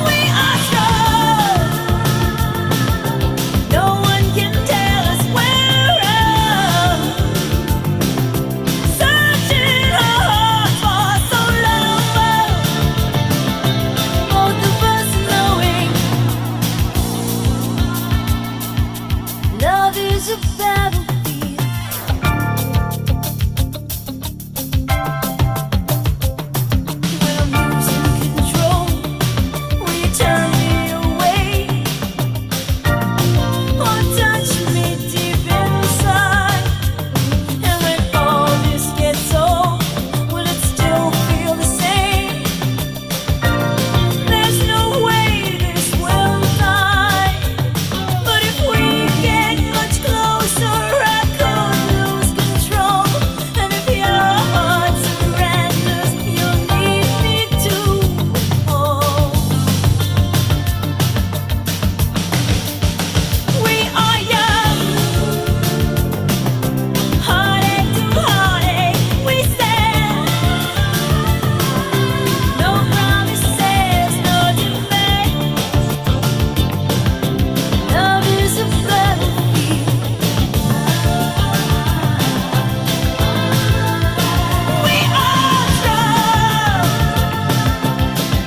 We are strong. No one can tell us we're wrong. Searching our for so long, both of us knowing love is a battlefield. When I'm losing control, will you turn me away or touch me deep inside? And when all this gets old, will it still feel the same? There's no way this will die. But if we get much closer, I could lose control. And if your heart surrenders, you'll need me to hold. We are young. Heartache to heartache, we stand. No promises, no delay. Love is a battlefield. We are strong.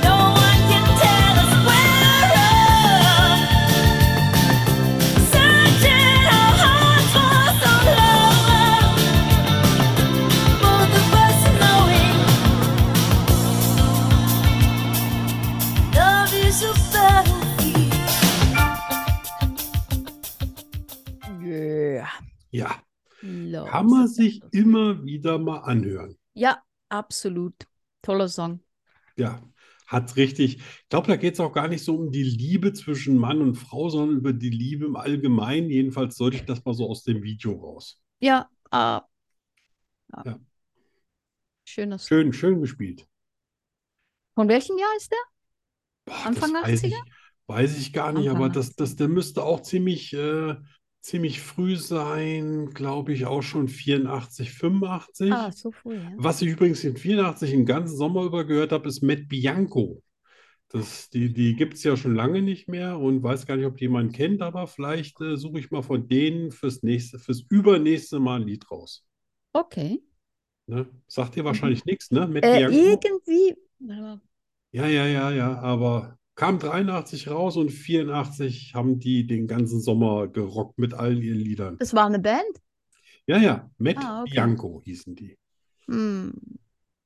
No one can tell us we're wrong. Searching our hearts for so long, both of us knowing love is a battlefield. Yeah. Ja, Love kann is a man sich battlefield. immer wieder mal anhören. Ja, absolut. Toller Song. Ja, Hat's richtig. Ich glaube, da geht es auch gar nicht so um die Liebe zwischen Mann und Frau, sondern über die Liebe im Allgemeinen. Jedenfalls sollte ich das mal so aus dem Video raus. Ja, ah. Ah. Ja. Schön, dass du. Schön, schön gespielt. Von welchem Jahr ist der? Boah, Anfang das weiß 80er? ich, weiß ich gar nicht, Anfang aber das, das, der müsste auch ziemlich, äh, ziemlich früh sein, glaube ich, auch schon 84, 85. Ah, so früh, ja. Was ich übrigens in 84 den ganzen Sommer über gehört habe, ist Matt Bianco. Das, die die gibt es ja schon lange nicht mehr und weiß gar nicht, ob jemand kennt, aber vielleicht äh, suche ich mal von denen fürs nächste, fürs übernächste Mal ein Lied raus. Okay. Ne? Sagt dir wahrscheinlich nichts, ne? Matt Äh, Bianco. irgendwie. Warte mal. Ja, ja, ja, ja, aber kam 83 raus und 84 haben die den ganzen Sommer gerockt mit allen ihren Liedern. Das war eine Band? Ja, ja, Matt Ah, okay. Bianco hießen die. Hm.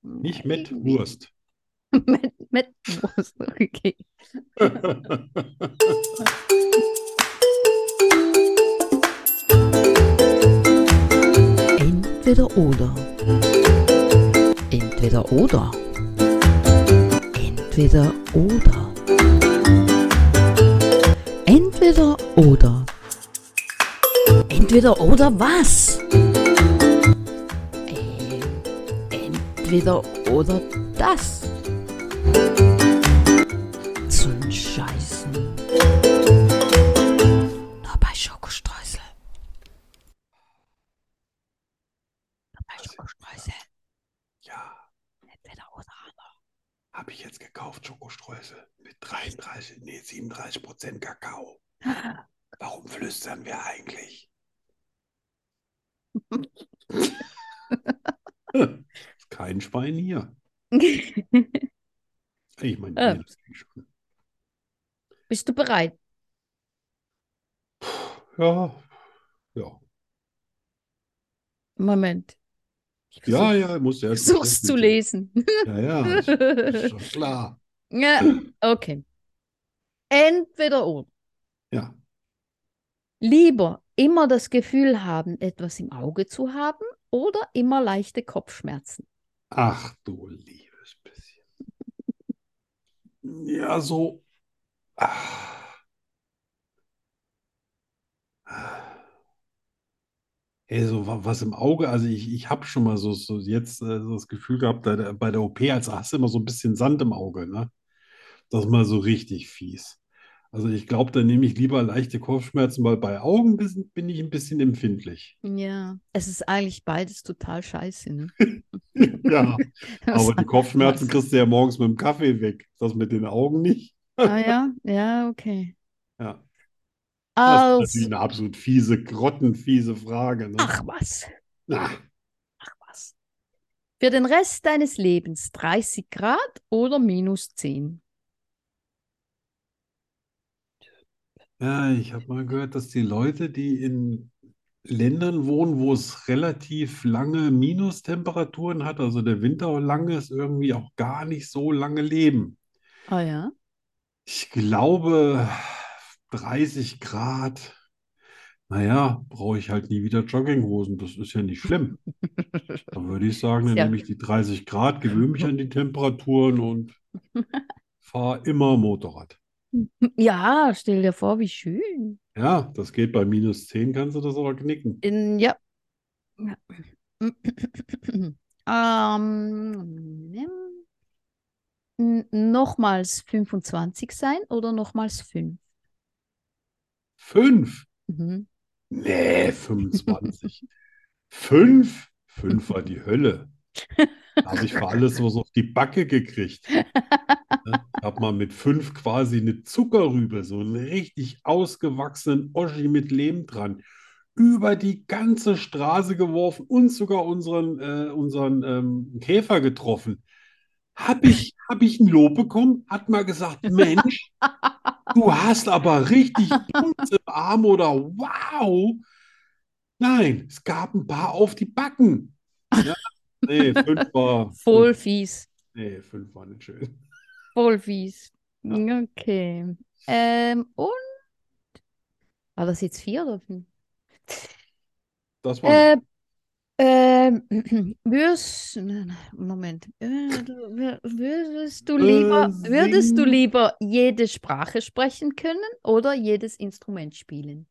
Nicht Ja, Matt irgendwie. Wurst. Matt, Matt Wurst, okay. Entweder oder. Entweder oder. Entweder oder. Entweder oder. Entweder oder was? Ähm, entweder oder das. Zum Scheißen. Nur bei Schokostreusel. Nur bei Schokostreusel. Ja, Entweder oder. habe ich jetzt gekauft, Schokostreusel. Mit 33, nee, 37 Prozent Kakao. Warum flüstern wir eigentlich? Ist Kein Schwein hier. Ich meine, Ah. nee, das ging schon. Bist du bereit? Ja, ja, Moment. Ich ja, versuch- ja, muss ja. Versuch's zu lesen. Ja, ja, ist, ist schon klar. Ja, okay. Entweder oder. Ja, Lieber immer das Gefühl haben, etwas im Auge zu haben oder immer leichte Kopfschmerzen. ach du liebes bisschen. Ja, so. Ah. Ey, so wa- was im Auge, also ich, ich habe schon mal so, so jetzt äh, so das Gefühl gehabt, da- da- bei der OP, also hast du immer so ein bisschen Sand im Auge, ne? Das ist mal so richtig fies. Also ich glaube, da nehme ich lieber leichte Kopfschmerzen, weil bei Augen bin, bin ich ein bisschen empfindlich. Ja. Es ist eigentlich beides total scheiße. Ne? Ja, aber die Kopfschmerzen was- kriegst du ja morgens mit dem Kaffee weg. Das mit den Augen nicht. ah ja, ja, okay. Ja, das ist Also, natürlich eine absolut fiese, grottenfiese Frage, ne? ach was, Na, ach was. Für den Rest deines Lebens 30 Grad oder minus 10? Ja, ich habe mal gehört, dass die Leute, die in Ländern wohnen, wo es relativ lange Minustemperaturen hat, also der Winter auch lange ist, irgendwie auch gar nicht so lange leben. Ah ja. Ich glaube, 30 Grad. Naja, brauche ich halt nie wieder Jogginghosen. Das ist ja nicht schlimm. Dann würde ich sagen, dann Ja. nehme ich die 30 Grad, gewöhne mich an die Temperaturen und fahre immer Motorrad. Ja, stell dir vor, wie schön. Ja, das geht bei minus 10, kannst du das aber knicken. In, ja. Ja. Ähm, n- nochmals 25 sein oder nochmals 5? Fünf? Mhm. Nee, 25. Fünf? Fünf war die Hölle. Da habe ich für alles was auf die Backe gekriegt. Ich habe mal mit fünf quasi eine Zuckerrübe, so einen richtig ausgewachsenen Oschi mit Lehm dran, über die ganze Straße geworfen und sogar unseren, äh, unseren ähm, Käfer getroffen. Habe ich, hab ich ein Lob bekommen? Hat mal gesagt, Mensch, du hast aber richtig Punkt im Arm oder wow. Nein, es gab ein paar auf die Backen. Ja, nee, fünf war, Voll fies. nee, fünf war nicht schön. Voll fies. Ja. Okay. Ähm, und? War das jetzt vier oder fünf? Das war Äh, Ähm, würdest, nein, nein, Moment, Äh, du- wür- würdest du lieber, Äh, würdest du singen. lieber jede Sprache sprechen können oder jedes Instrument spielen?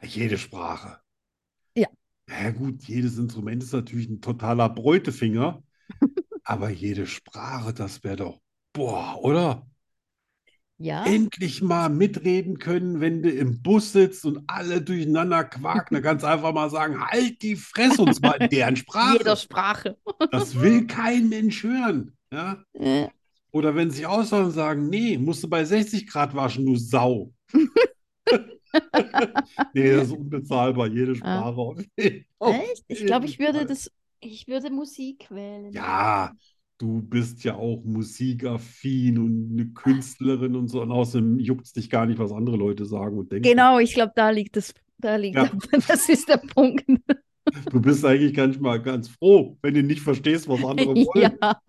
Jede Sprache. Ja. Na gut, jedes Instrument ist natürlich ein totaler Bräutefinger, aber jede Sprache, das wäre doch, boah, oder? Ja, Endlich mal mitreden können, wenn du im Bus sitzt und alle durcheinander quaken. Da kannst du einfach mal sagen, halt die Fresse und zwar in deren jeder Sprache. Sprache. Das will kein Mensch hören. Ja? Äh, Oder wenn sie sich aussagen und sagen, nee, musst du bei 60 Grad waschen, du Sau. Nee, das ist unbezahlbar, jede Sprache. auf Oh, jeden- auf Ah. echt? Ich glaube, jeden ich würde Fall. das, ich würde Musik wählen. Ja, du bist ja auch musikaffin und eine Künstlerin und so. Und außerdem juckt es dich gar nicht, was andere Leute sagen und denken. Genau, ich glaube, da liegt das, da liegt, Ja. das ist der Punkt. Du bist eigentlich manchmal ganz froh, wenn du nicht verstehst, was andere wollen. Ja,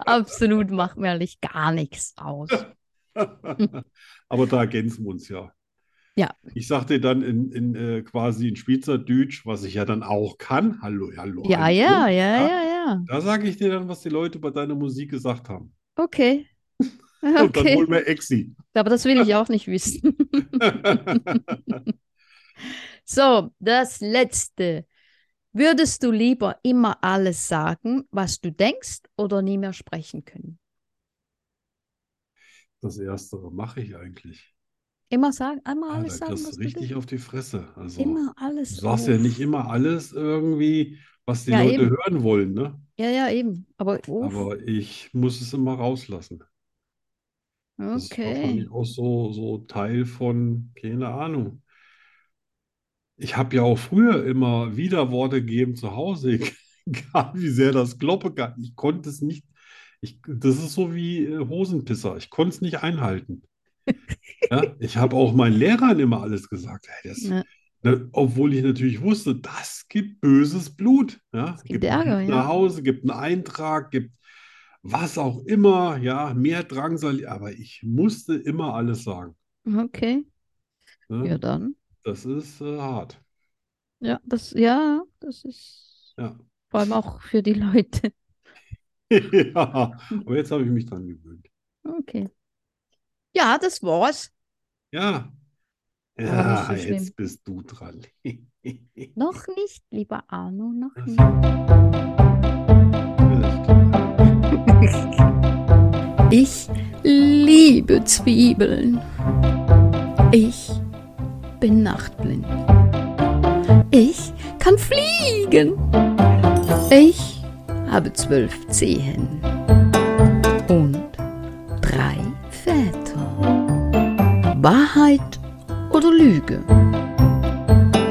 absolut macht mir ehrlich gar nichts aus. Aber da ergänzen wir uns ja. Ja. Ich sag dir dann in, in äh, quasi in Schweizerdeutsch, was ich ja dann auch kann. Hallo, hallo, Ja, hallo. ja, ja, Ja. ja, ja. Da sage ich dir dann, was die Leute bei deiner Musik gesagt haben. Okay. Und dann Okay. holen wir Exi. Aber das will ich auch nicht wissen. So, das letzte. Würdest du lieber immer alles sagen, was du denkst, oder nie mehr sprechen können? Das Erstere mache ich eigentlich. Immer sagen, immer Ja, alles da sagen, kriegst Oh, was du du denkst. richtig auf die Fresse. Also, Immer du alles. sagst oh. ja nicht immer alles irgendwie, was die Ja, Leute eben. hören wollen, ne? Ja, ja, eben. Aber uff, Aber ich muss es immer rauslassen. Das ist okay. wahrscheinlich auch so, so Teil von, keine Ahnung. Ich habe ja auch früher immer Widerworte gegeben zu Hause, egal wie sehr das Kloppe kann. Ich konnte es nicht. Ich, das ist so wie äh, Hosenpisser. Ich konnte es nicht einhalten. Ja? Ich habe auch meinen Lehrern immer alles gesagt. Hey, das, Ja, Ne, obwohl ich natürlich wusste, das gibt böses Blut. Ja? gibt Ärger, Brief ja. nach Hause, gibt einen Eintrag, gibt was auch immer, ja, mehr Drangsal, aber ich musste immer alles sagen. okay. Ne? Ja, dann. Das ist äh, hart. Ja, das, ja, das ist Ja. vor allem auch für die Leute. ja, aber jetzt habe ich mich dran gewöhnt. Okay. Ja, das war's. Ja. Aber nicht Ja, so schlimm. jetzt bist du dran. Noch nicht, lieber Arno, noch Das- nicht. Ich liebe Zwiebeln. Ich bin nachtblind. Ich kann fliegen. Ich habe zwölf Zehen und drei Väter. Wahrheit oder Lüge?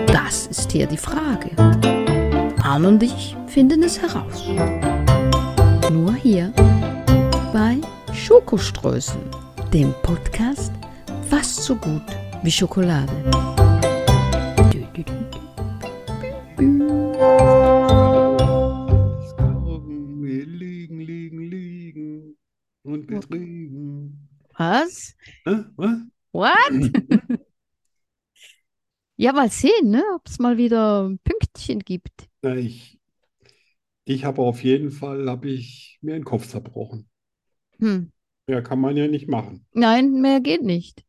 Das ist hier die Frage. Arne und ich finden es heraus. Nur hier bei Schokoströßen, dem Podcast fast so gut wie Schokolade. Alles Glauben, wir liegen, liegen, liegen und betrügen. Was? Hä? Was? What? Ja, mal sehen, ne? Ob es mal wieder ein Pünktchen gibt. Na, ich ich habe auf jeden Fall, habe ich mir den Kopf zerbrochen. Hm. Ja, kann man ja nicht machen. Nein, mehr geht nicht.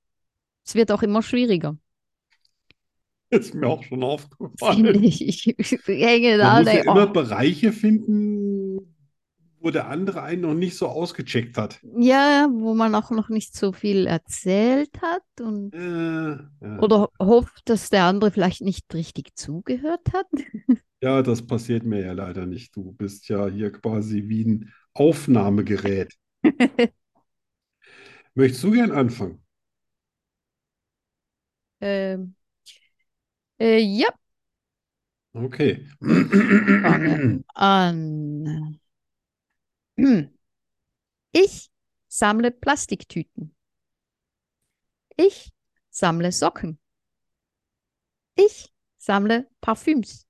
Es wird auch immer schwieriger. Ist mir auch schon Finde aufgefallen. ich. Ich hänge da Oh, Man und muss ja denke, immer Bereiche finden, wo der andere einen noch nicht so ausgecheckt hat. oh. Ja, wo man auch noch nicht so viel erzählt hat und Äh, ja. oder hofft, dass der andere vielleicht nicht richtig zugehört hat. Ja, das passiert mir ja leider nicht. Du bist ja hier quasi wie ein Aufnahmegerät. Möchtest du gern anfangen? Ähm, äh, ja, Okay. Fange. an. Hm. Ähm, Ich sammle Plastiktüten. Ich sammle Socken. Ich sammle Parfüms.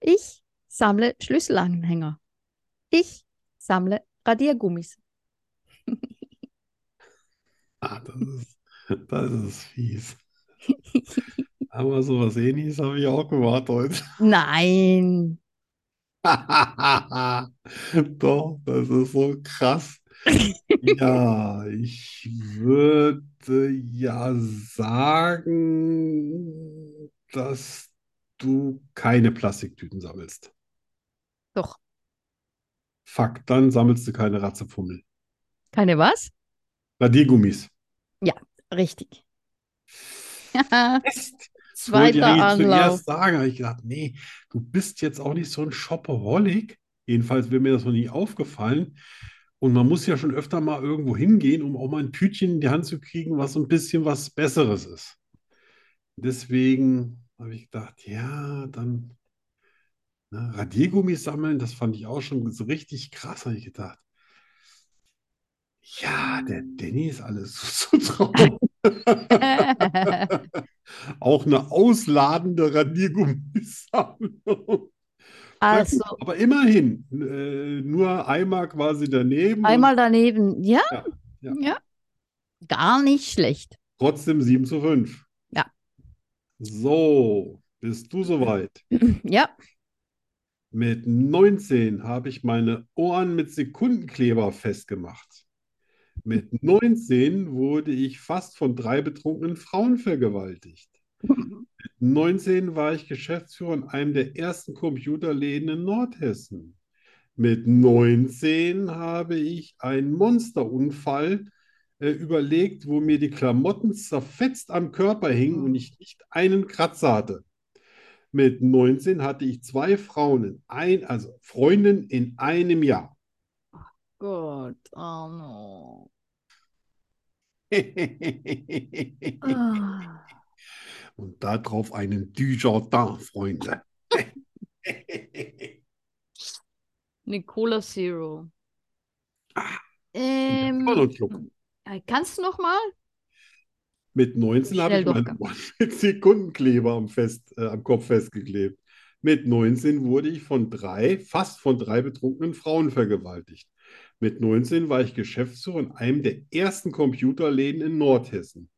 Ich sammle Schlüsselanhänger. Ich sammle Radiergummis. Ah, das ist, das ist fies. Aber sowas ähnliches habe ich auch gemacht heute. Nein. Doch, das ist so krass. Ja, ich würde ja sagen, dass du keine Plastiktüten sammelst. Doch. Fuck, dann sammelst du keine Ratzepummel. Keine was? Radiergummis. Richtig. Mist. Das wollte ich Zweiter eigentlich Anlauf. zuerst sagen, aber ich dachte, nee, du bist jetzt auch nicht so ein Shopaholic. Jedenfalls wäre mir das noch nie aufgefallen. Und man muss ja schon öfter mal irgendwo hingehen, um auch mal ein Tütchen in die Hand zu kriegen, was so ein bisschen was Besseres ist. Deswegen habe ich gedacht, ja, dann ne, Radiergummis sammeln, das fand ich auch schon so richtig krass, habe ich gedacht. Ja, der Danny ist alles so zutrauen. Auch eine ausladende Radiergummisammlung. Also Aber immerhin, äh, nur einmal quasi daneben und einmal daneben. Ja? Ja, ja. Gar nicht schlecht. trotzdem 7 zu 5. Ja. So, bist du soweit? Ja. Mit 19 habe ich meine Ohren mit Sekundenkleber festgemacht. Mit 19 wurde ich fast von drei betrunkenen Frauen vergewaltigt. Mit 19 war ich Geschäftsführer in einem der ersten Computerläden in Nordhessen. Mit 19 habe ich einen Monsterunfall äh, überlegt, wo mir die Klamotten zerfetzt am Körper hingen und ich nicht einen Kratzer hatte. Mit 19 hatte ich zwei Frauen in ein, also Freundinnen in einem Jahr. Gott, oh no. Ah. Und darauf einen Dujardin, Freunde. Nicola Zero. Ah. Ähm, Porno-Club. äh, kannst du noch mal? Mit 19 habe Schnell ich meinen durchgegangen. Mann mit Sekundenkleber am, Fest, äh, am Kopf festgeklebt. Mit 19 wurde ich von drei, fast von drei betrunkenen Frauen vergewaltigt. Mit 19 war ich Geschäftsführer in einem der ersten Computerläden in Nordhessen.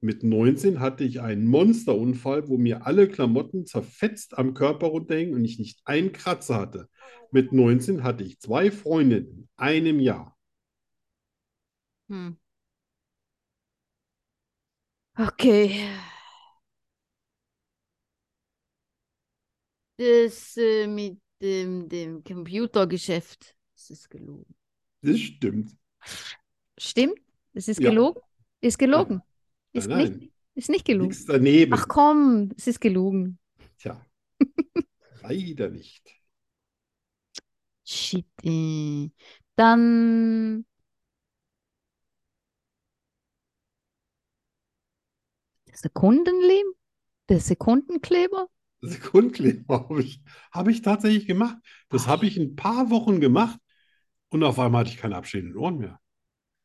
Mit 19 hatte ich einen Monsterunfall, wo mir alle Klamotten zerfetzt am Körper runterhingen und ich nicht einen Kratzer hatte. Mit 19 hatte ich zwei Freundinnen in einem Jahr. Hm. Okay. Das äh, mit dem, dem Computergeschäft, das ist gelogen. Das stimmt. Stimmt? Es ist Ja. gelogen? Ist gelogen. Nein, Ist nicht, nein, ist nicht gelogen. nichts daneben. Ach komm, es ist gelogen. Tja, leider nicht. Shit. äh. Dann. Sekundenleben? Der Sekundenkleber? Sekundenkleber habe ich, habe ich tatsächlich gemacht. Das habe ich ein paar Wochen gemacht und auf einmal hatte ich keine abstehenden Ohren mehr.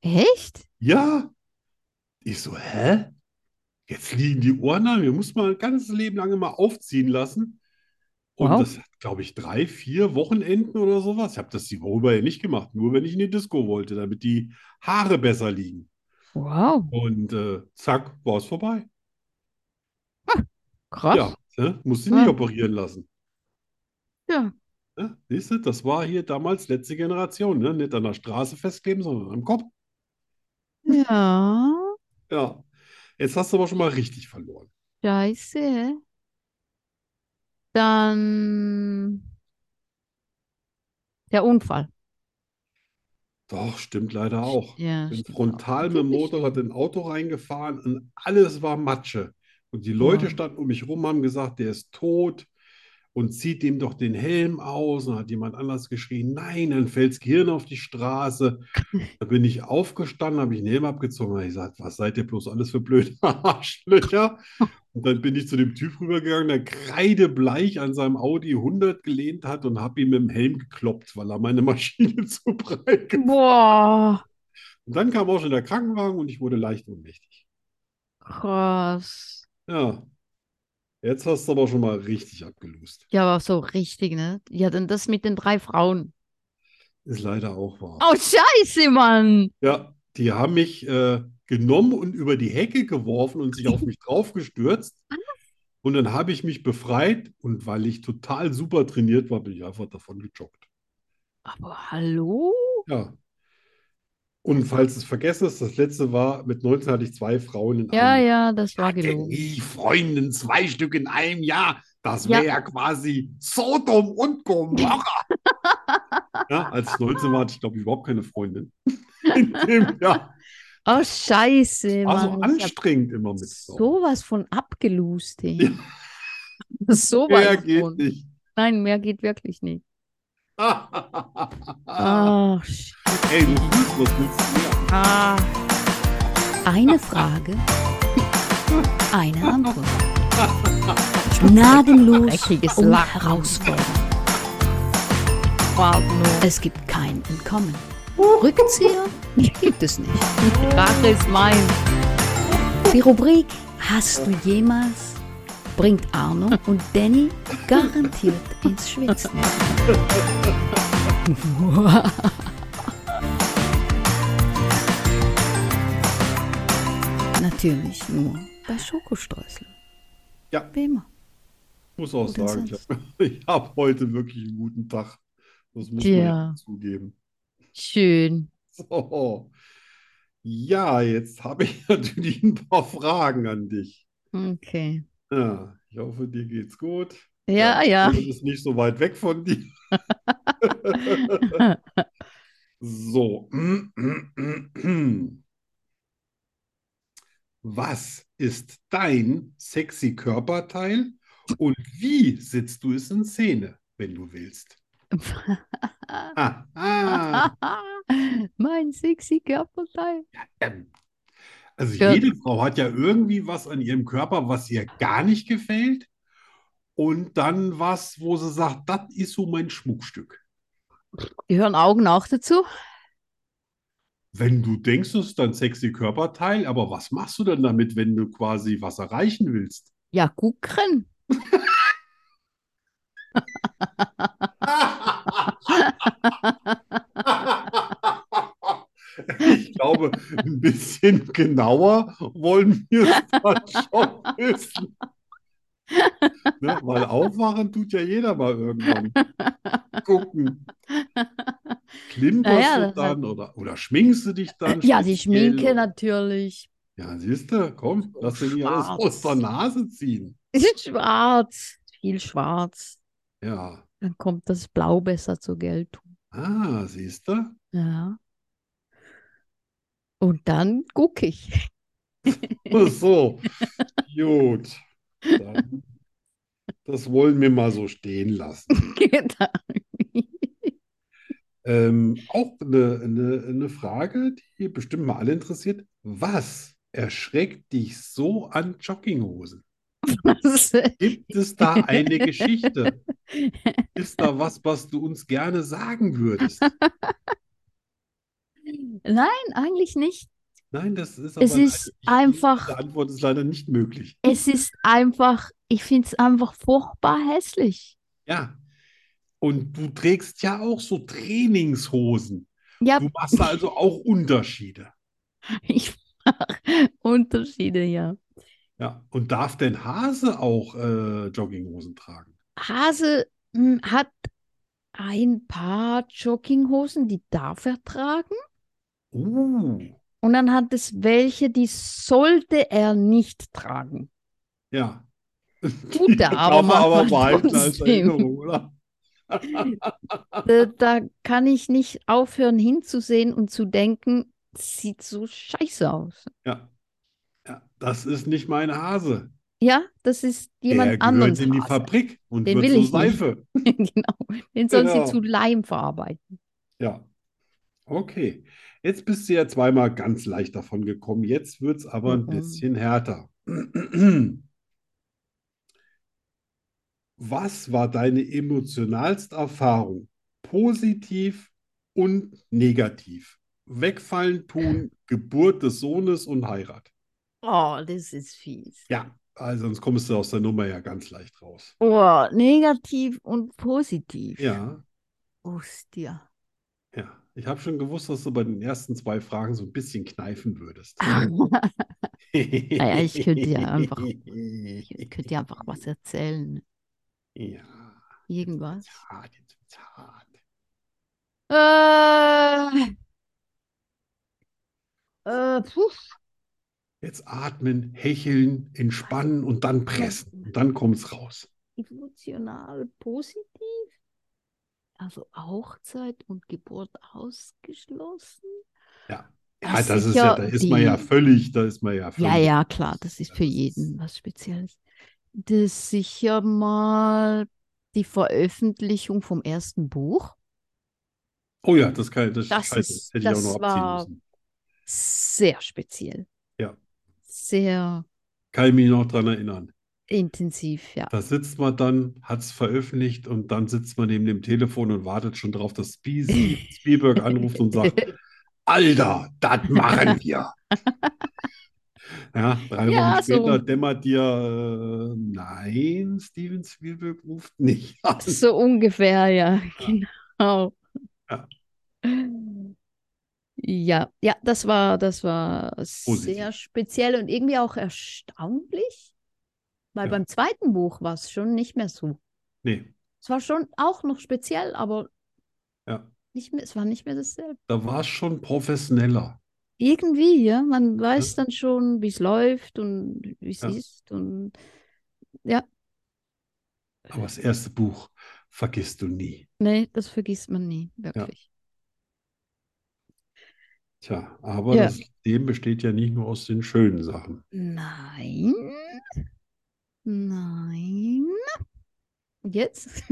Echt? Ja. Ich so, hä? Jetzt liegen die Ohren an. Wir mussten mal ein ganzes Leben lang immer aufziehen lassen. Und Wow. das hat, glaube ich, drei, vier Wochenenden oder sowas. Ich habe das die Woche über ja nicht gemacht. Nur wenn ich in die Disco wollte, damit die Haare besser liegen. Wow, Und äh, zack, war es vorbei. krass. Ja, ne? musste nicht Ja. operieren lassen. Ja. Ne? Siehst du, das war hier damals letzte Generation. Ne? Nicht an der Straße festkleben, sondern am Kopf. Ja, Ja. Jetzt hast du aber schon mal richtig verloren. scheiße. Dann der Unfall. Doch, stimmt leider auch. Ja, Bin stimmt frontal auch. mit dem Motorrad in ein Auto reingefahren und alles war Matsche. Und die Leute Wow. standen um mich rum, haben gesagt, der ist tot und zieht dem doch den Helm aus. Und dann hat jemand anders geschrien, nein, dann fällt's Gehirn auf die Straße. Da bin ich aufgestanden, habe ich den Helm abgezogen und hab gesagt, was seid ihr bloß alles für blöde Arschlöcher? Und dann bin ich zu dem Typ rübergegangen, der kreidebleich an seinem Audi 100 gelehnt hat und habe ihm mit dem Helm gekloppt, weil er meine Maschine zu breit gefahren Boah, und dann kam auch schon der Krankenwagen und ich wurde leicht ohnmächtig. krass. Ja, jetzt hast du aber schon mal richtig abgelost. Ja, aber so richtig, ne? Ja, dann das mit den drei Frauen. Ist leider auch wahr. Oh, scheiße, Mann. Ja, die haben mich äh, genommen und über die Hecke geworfen und sich auf mich draufgestürzt. Und dann habe ich mich befreit und weil ich total super trainiert war, bin ich einfach davon gejoggt. Aber hallo? Ja. Und falls du es vergessen hast, das letzte war, mit 19 hatte ich zwei Frauen in Ja, einem ja, das war Hatte gelogen. nie Freundin, zwei Stück in einem Jahr. Das Ja. wäre ja quasi Sodom und Gomorra. ja, als ich 19 war, hatte ich, glaube ich, überhaupt keine Freundin. In dem Jahr. Oh, scheiße, War so Mann. Ich hab anstrengend immer mit Frauen. sowas von abgelust, Ja. ey. Sowas Mehr geht von. nicht. Nein, mehr geht wirklich nicht. Ey, Ach, shit. du Fuß, was willst du hier? Ah. Eine Frage, eine Antwort. Gnadenlos um Dreckiges und Lachen. herausfordernd. Wow, nur. Es gibt kein Entkommen. Rückzieher gibt es nicht. Rache ist mein. Die Rubrik Hast du jemals bringt Arno und Danny garantiert ins Schwitzen. Natürlich nur bei Schokostreuseln. Ja. Wie immer. Ich muss auch Guten sagen, ich Satz. habe ich hab heute wirklich einen guten Tag. Das muss man Ja. echt zugeben. Schön. So. Ja, jetzt habe ich natürlich ein paar Fragen an dich. Okay. Ja, ich hoffe, dir geht's gut. Ja, ja. Das ist nicht so weit weg von dir. So. Was ist dein sexy Körperteil und wie sitzt du es in Szene, wenn du willst? Aha. mein sexy Körperteil. Ähm, Also Ja. jede Frau hat ja irgendwie was an ihrem Körper, was ihr gar nicht gefällt. Und dann was, wo sie sagt, das ist so mein Schmuckstück. Gehören Augen auch dazu? Wenn du denkst, es ist dein sexy Körperteil, aber was machst du denn damit, wenn du quasi was erreichen willst? Ja, gucken. Ich glaube, ein bisschen genauer wollen wir es dann schon wissen. Ne? Weil aufwachen tut ja jeder mal irgendwann. Gucken. Klimperst Naja, du das war- dann oder, oder schminkst du dich dann Ja, die speziell Schminke oder- natürlich. Ja, siehst du, komm, lass dir nicht alles Schwarz. aus der Nase ziehen. Schwarz. Viel schwarz. Ja. Dann kommt das Blau besser zur Geltung. Ah, siehst du? Ja. Und dann gucke ich. So, gut. Dann, das wollen wir mal so stehen lassen. Genau. Ähm, auch eine, eine, eine Frage, die bestimmt mal alle interessiert. Was erschreckt dich so an Jogginghosen? Gibt es da eine Geschichte? Ist da was, was du uns gerne sagen würdest? Nein, eigentlich nicht. Nein, das ist Es aber leider ist nicht- die einfach- Antwort ist leider nicht möglich. Es ist einfach, ich finde es einfach furchtbar hässlich. Ja. Und du trägst ja auch so Trainingshosen. Ja, Du machst da also auch Unterschiede. ich mache Unterschiede, ja. Ja, und darf denn Hase auch äh, Jogginghosen tragen? Hase hm, hat ein paar Jogginghosen, die darf er tragen. Uh, Und dann hat es welche, die sollte er nicht tragen. ja. Tut der Die aber darf man aber manchmal behalten als trotzdem. Erinnerung, oder? Da, Äh, da kann ich nicht aufhören hinzusehen und zu denken, sieht so scheiße aus. Ja. Ja, das ist nicht mein Hase. Ja, das ist jemand Der anderes gehört in die Hase. Fabrik und Den wird will zur ich nicht. Seife. Genau. Den sollen Genau. sie zu Leim verarbeiten. Ja. Okay. Jetzt bist du ja zweimal ganz leicht davon gekommen. Jetzt wird es aber ein Mhm. bisschen härter. Was war deine emotionalste Erfahrung? Positiv und negativ. Wegfallen tun, Geburt des Sohnes und Heirat. Oh, das ist fies. Ja, also sonst kommst du aus der Nummer ja ganz leicht raus. Oh, negativ und positiv. Ja, Ostia. ja. Ah, Ich habe schon gewusst, dass du bei den ersten zwei Fragen so ein bisschen kneifen würdest. Naja, ich könnte Ah ja einfach- Ich könnte dir einfach was erzählen. Ja, Irgendwas. hart, jetzt wird's hart. Äh, äh, puh. Jetzt atmen, hecheln, entspannen und dann pressen. Und dann kommt's raus. emotional positiv? Also auch Zeit und Geburt ausgeschlossen? Ja. Ach, Ja, das ist ja, da ist man ja die- völlig, da ist man ja Ja, völlig. ja, klar, das ist für Das ist- jeden was Spezielles. Das sicher mal die Veröffentlichung vom ersten Buch. Oh ja, das kann, das, Das scheiße, ist- hätte ich auch das noch abziehen war- müssen. Sehr speziell. Ja. Sehr Kann ich mich noch dran erinnern. intensiv, ja. Da sitzt man dann, hat es veröffentlicht und dann sitzt man neben dem Telefon und wartet schon drauf, dass Spie- Steven Spielberg anruft und sagt, Alter, das machen wir. Ja, drei Ja, Wochen so. später dämmert dir, äh, nein, Steven Spielberg ruft nicht an. So ungefähr, ja, genau. Ja. Ja, ja, das war, das war Positiv. sehr speziell und irgendwie auch erstaunlich, weil Ja. beim zweiten Buch war es schon nicht mehr so. Nee, Es war schon auch noch speziell, aber ja, nicht mehr, es war nicht mehr dasselbe. da war es schon professioneller. Irgendwie, ja, man weiß dann schon, wie es läuft und wie es Ja. ist und Aber das erste Buch vergisst du nie. nee, ne, das vergisst man nie, wirklich. Tja, aber Ja. das Leben besteht ja nicht nur aus den schönen Sachen. Nein. Nein. Jetzt?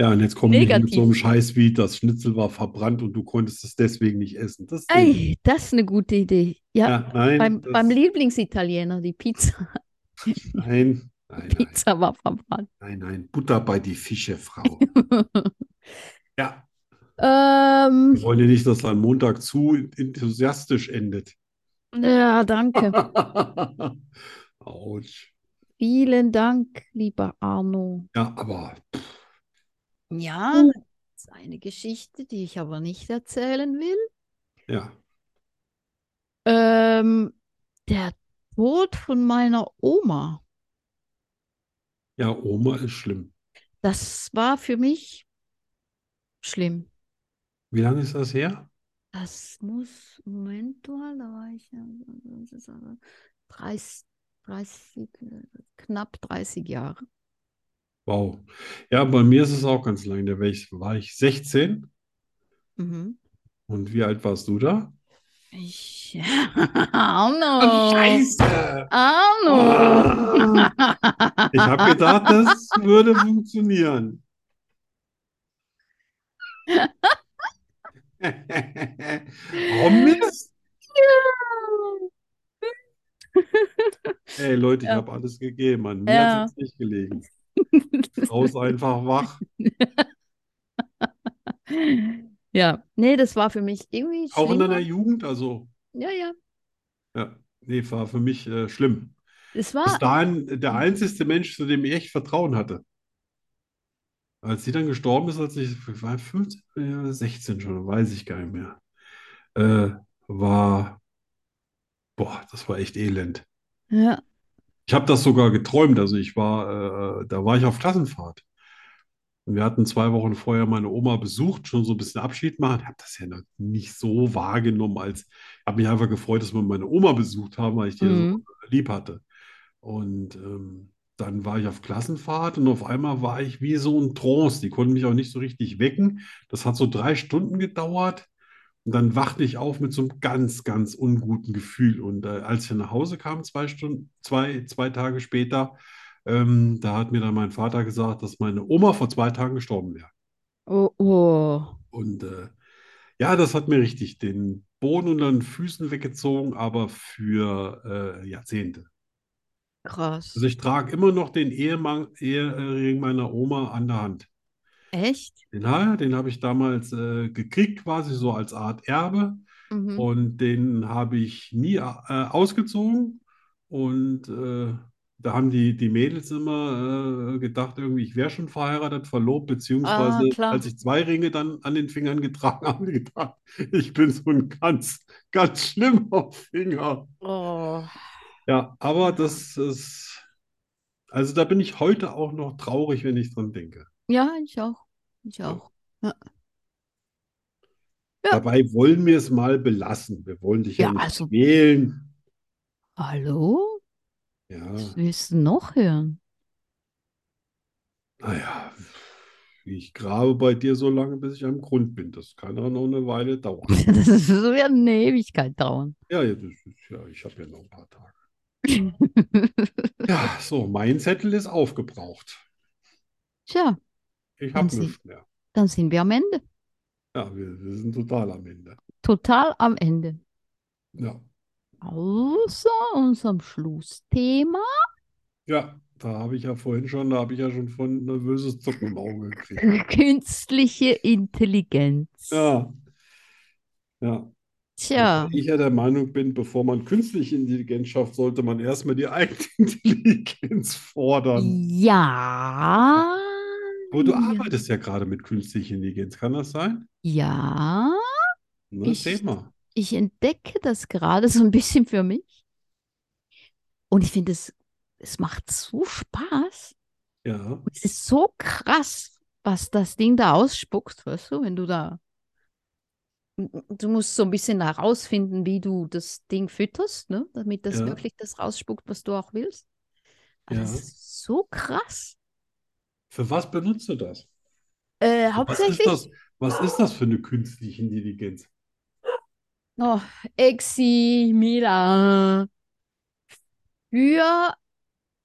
Ja, und jetzt kommen die hier mit so einem Negativ. Scheiß wie, das Schnitzel war verbrannt und du konntest es deswegen nicht essen. Das Ding. Ey, das ist eine gute Idee. Ja, Ja, nein, beim, das, beim Lieblingsitaliener, die Pizza, nein, nein, nein, Pizza war verbrannt. nein, nein, Butter bei die Fische, Frau. Ja, wir ähm, wollen ja nicht, dass am Montag zu enthusiastisch endet. ja, danke. Autsch. Vielen Dank, lieber Arno. Oh. Ja, aber pff, Ja, das ist eine Geschichte, die ich aber nicht erzählen will. ja, Ähm, der Tod von meiner Oma. ja, Oma ist schlimm. Das war für mich schlimm. Wie lange ist das her? Das muss, Moment mal, da war ich ja 30, 30, knapp 30 Jahre. Wow. Ja, bei mir ist es auch ganz lang. Da war ich, war ich 16. Mhm. Und wie alt warst du da? Ich, Oh, Arno, Scheiße! Arno. Ich habe gedacht, das würde funktionieren. Oh Mist! Ey Leute, ich Ja. habe alles gegeben. An mir Ja. hat es nicht gelegen. Raus einfach wach. Ja, nee, das war für mich irgendwie Auch in schlimmer. deiner Jugend, also. Ja, ja, Ja, nee, war für mich äh, schlimm. es Bis war, dahin der einzige Mensch, zu dem ich echt Vertrauen hatte. Als sie dann gestorben ist, als ich ich war 15 oder 16 schon, weiß ich gar nicht mehr, äh, war, boah, das war echt elend. ja, Ich habe das sogar geträumt. Also ich war, äh, da war ich auf Klassenfahrt. Und wir hatten zwei Wochen vorher meine Oma besucht, schon so ein bisschen Abschied machen. Ich habe das ja noch nicht so wahrgenommen, als ich habe mich einfach gefreut, dass wir meine Oma besucht haben, weil ich die ja so mhm. lieb hatte. Und ähm, dann war ich auf Klassenfahrt und auf einmal war ich wie so ein Trance. Die konnten mich auch nicht so richtig wecken. Das hat so drei Stunden gedauert. Und dann wachte ich auf mit so einem ganz, ganz unguten Gefühl. Und äh, als ich nach Hause kam, zwei Stunden, zwei, zwei Tage später, ähm, da hat mir dann mein Vater gesagt, dass meine Oma vor zwei Tagen gestorben wäre. Oh, oh. Und äh, ja, das hat mir richtig den Boden unter den Füßen weggezogen, aber für äh, Jahrzehnte. Krass. Also ich trage immer noch den Ehemann, Ehering meiner Oma an der Hand. Echt? Den, ha- den habe ich damals äh, gekriegt, quasi so als Art Erbe. Mhm. Und den habe ich nie äh, ausgezogen. Und äh, da haben die, die Mädels immer äh, gedacht, irgendwie, ich wäre schon verheiratet, verlobt, beziehungsweise Ah, klar. als ich zwei Ringe dann an den Fingern getragen habe, gedacht, ich bin so ein ganz, ganz schlimmer Finger. Oh. Ja, aber das ist, also da bin ich heute auch noch traurig, wenn ich dran denke. Ja, ich auch. Oh. Ich auch. Ja. Dabei wollen wir es mal belassen. Wir wollen dich ja, Ja, nicht also- quälen. Hallo? Ja, Was willst du noch hören? naja, ich grabe bei dir so lange, bis ich am Grund bin. Das kann ja noch eine Weile dauern. Das ist- das wird eine Ewigkeit dauern. Ja, ja, das ist, ja ich habe ja noch ein paar Tage. Ja, so, mein Zettel ist aufgebraucht. Tja, Ich Haben habe Sie- nichts mehr. dann sind wir am Ende. Ja, wir, wir sind total am Ende. Total am Ende. Ja, Außer unserem Schlussthema. ja, da habe ich ja vorhin schon, da habe ich ja schon von nervöses Zucken im Auge gekriegt. Künstliche Intelligenz. Ja, ja. Tja, Wobei ich ja der Meinung bin, bevor man künstliche Intelligenz schafft, sollte man erstmal die eigene Intelligenz fordern. ja, Aber du Ja. arbeitest ja gerade mit künstlicher Intelligenz, kann das sein? ja. Ne, Ich- seh mal. Ich entdecke das gerade so ein bisschen für mich. Und ich finde, es, es macht so Spaß. Ja, Es ist so krass, was das Ding da ausspuckt, weißt du, wenn du da. Du musst so ein bisschen herausfinden, wie du das Ding fütterst, ne? damit das Ja. wirklich das rausspuckt, was du auch willst. Aber das Ja. ist so krass. für was benutzt du das? Äh, Was ist hauptsächlich. das, was ist das für eine künstliche Intelligenz? Oh, Exi, Mila. Für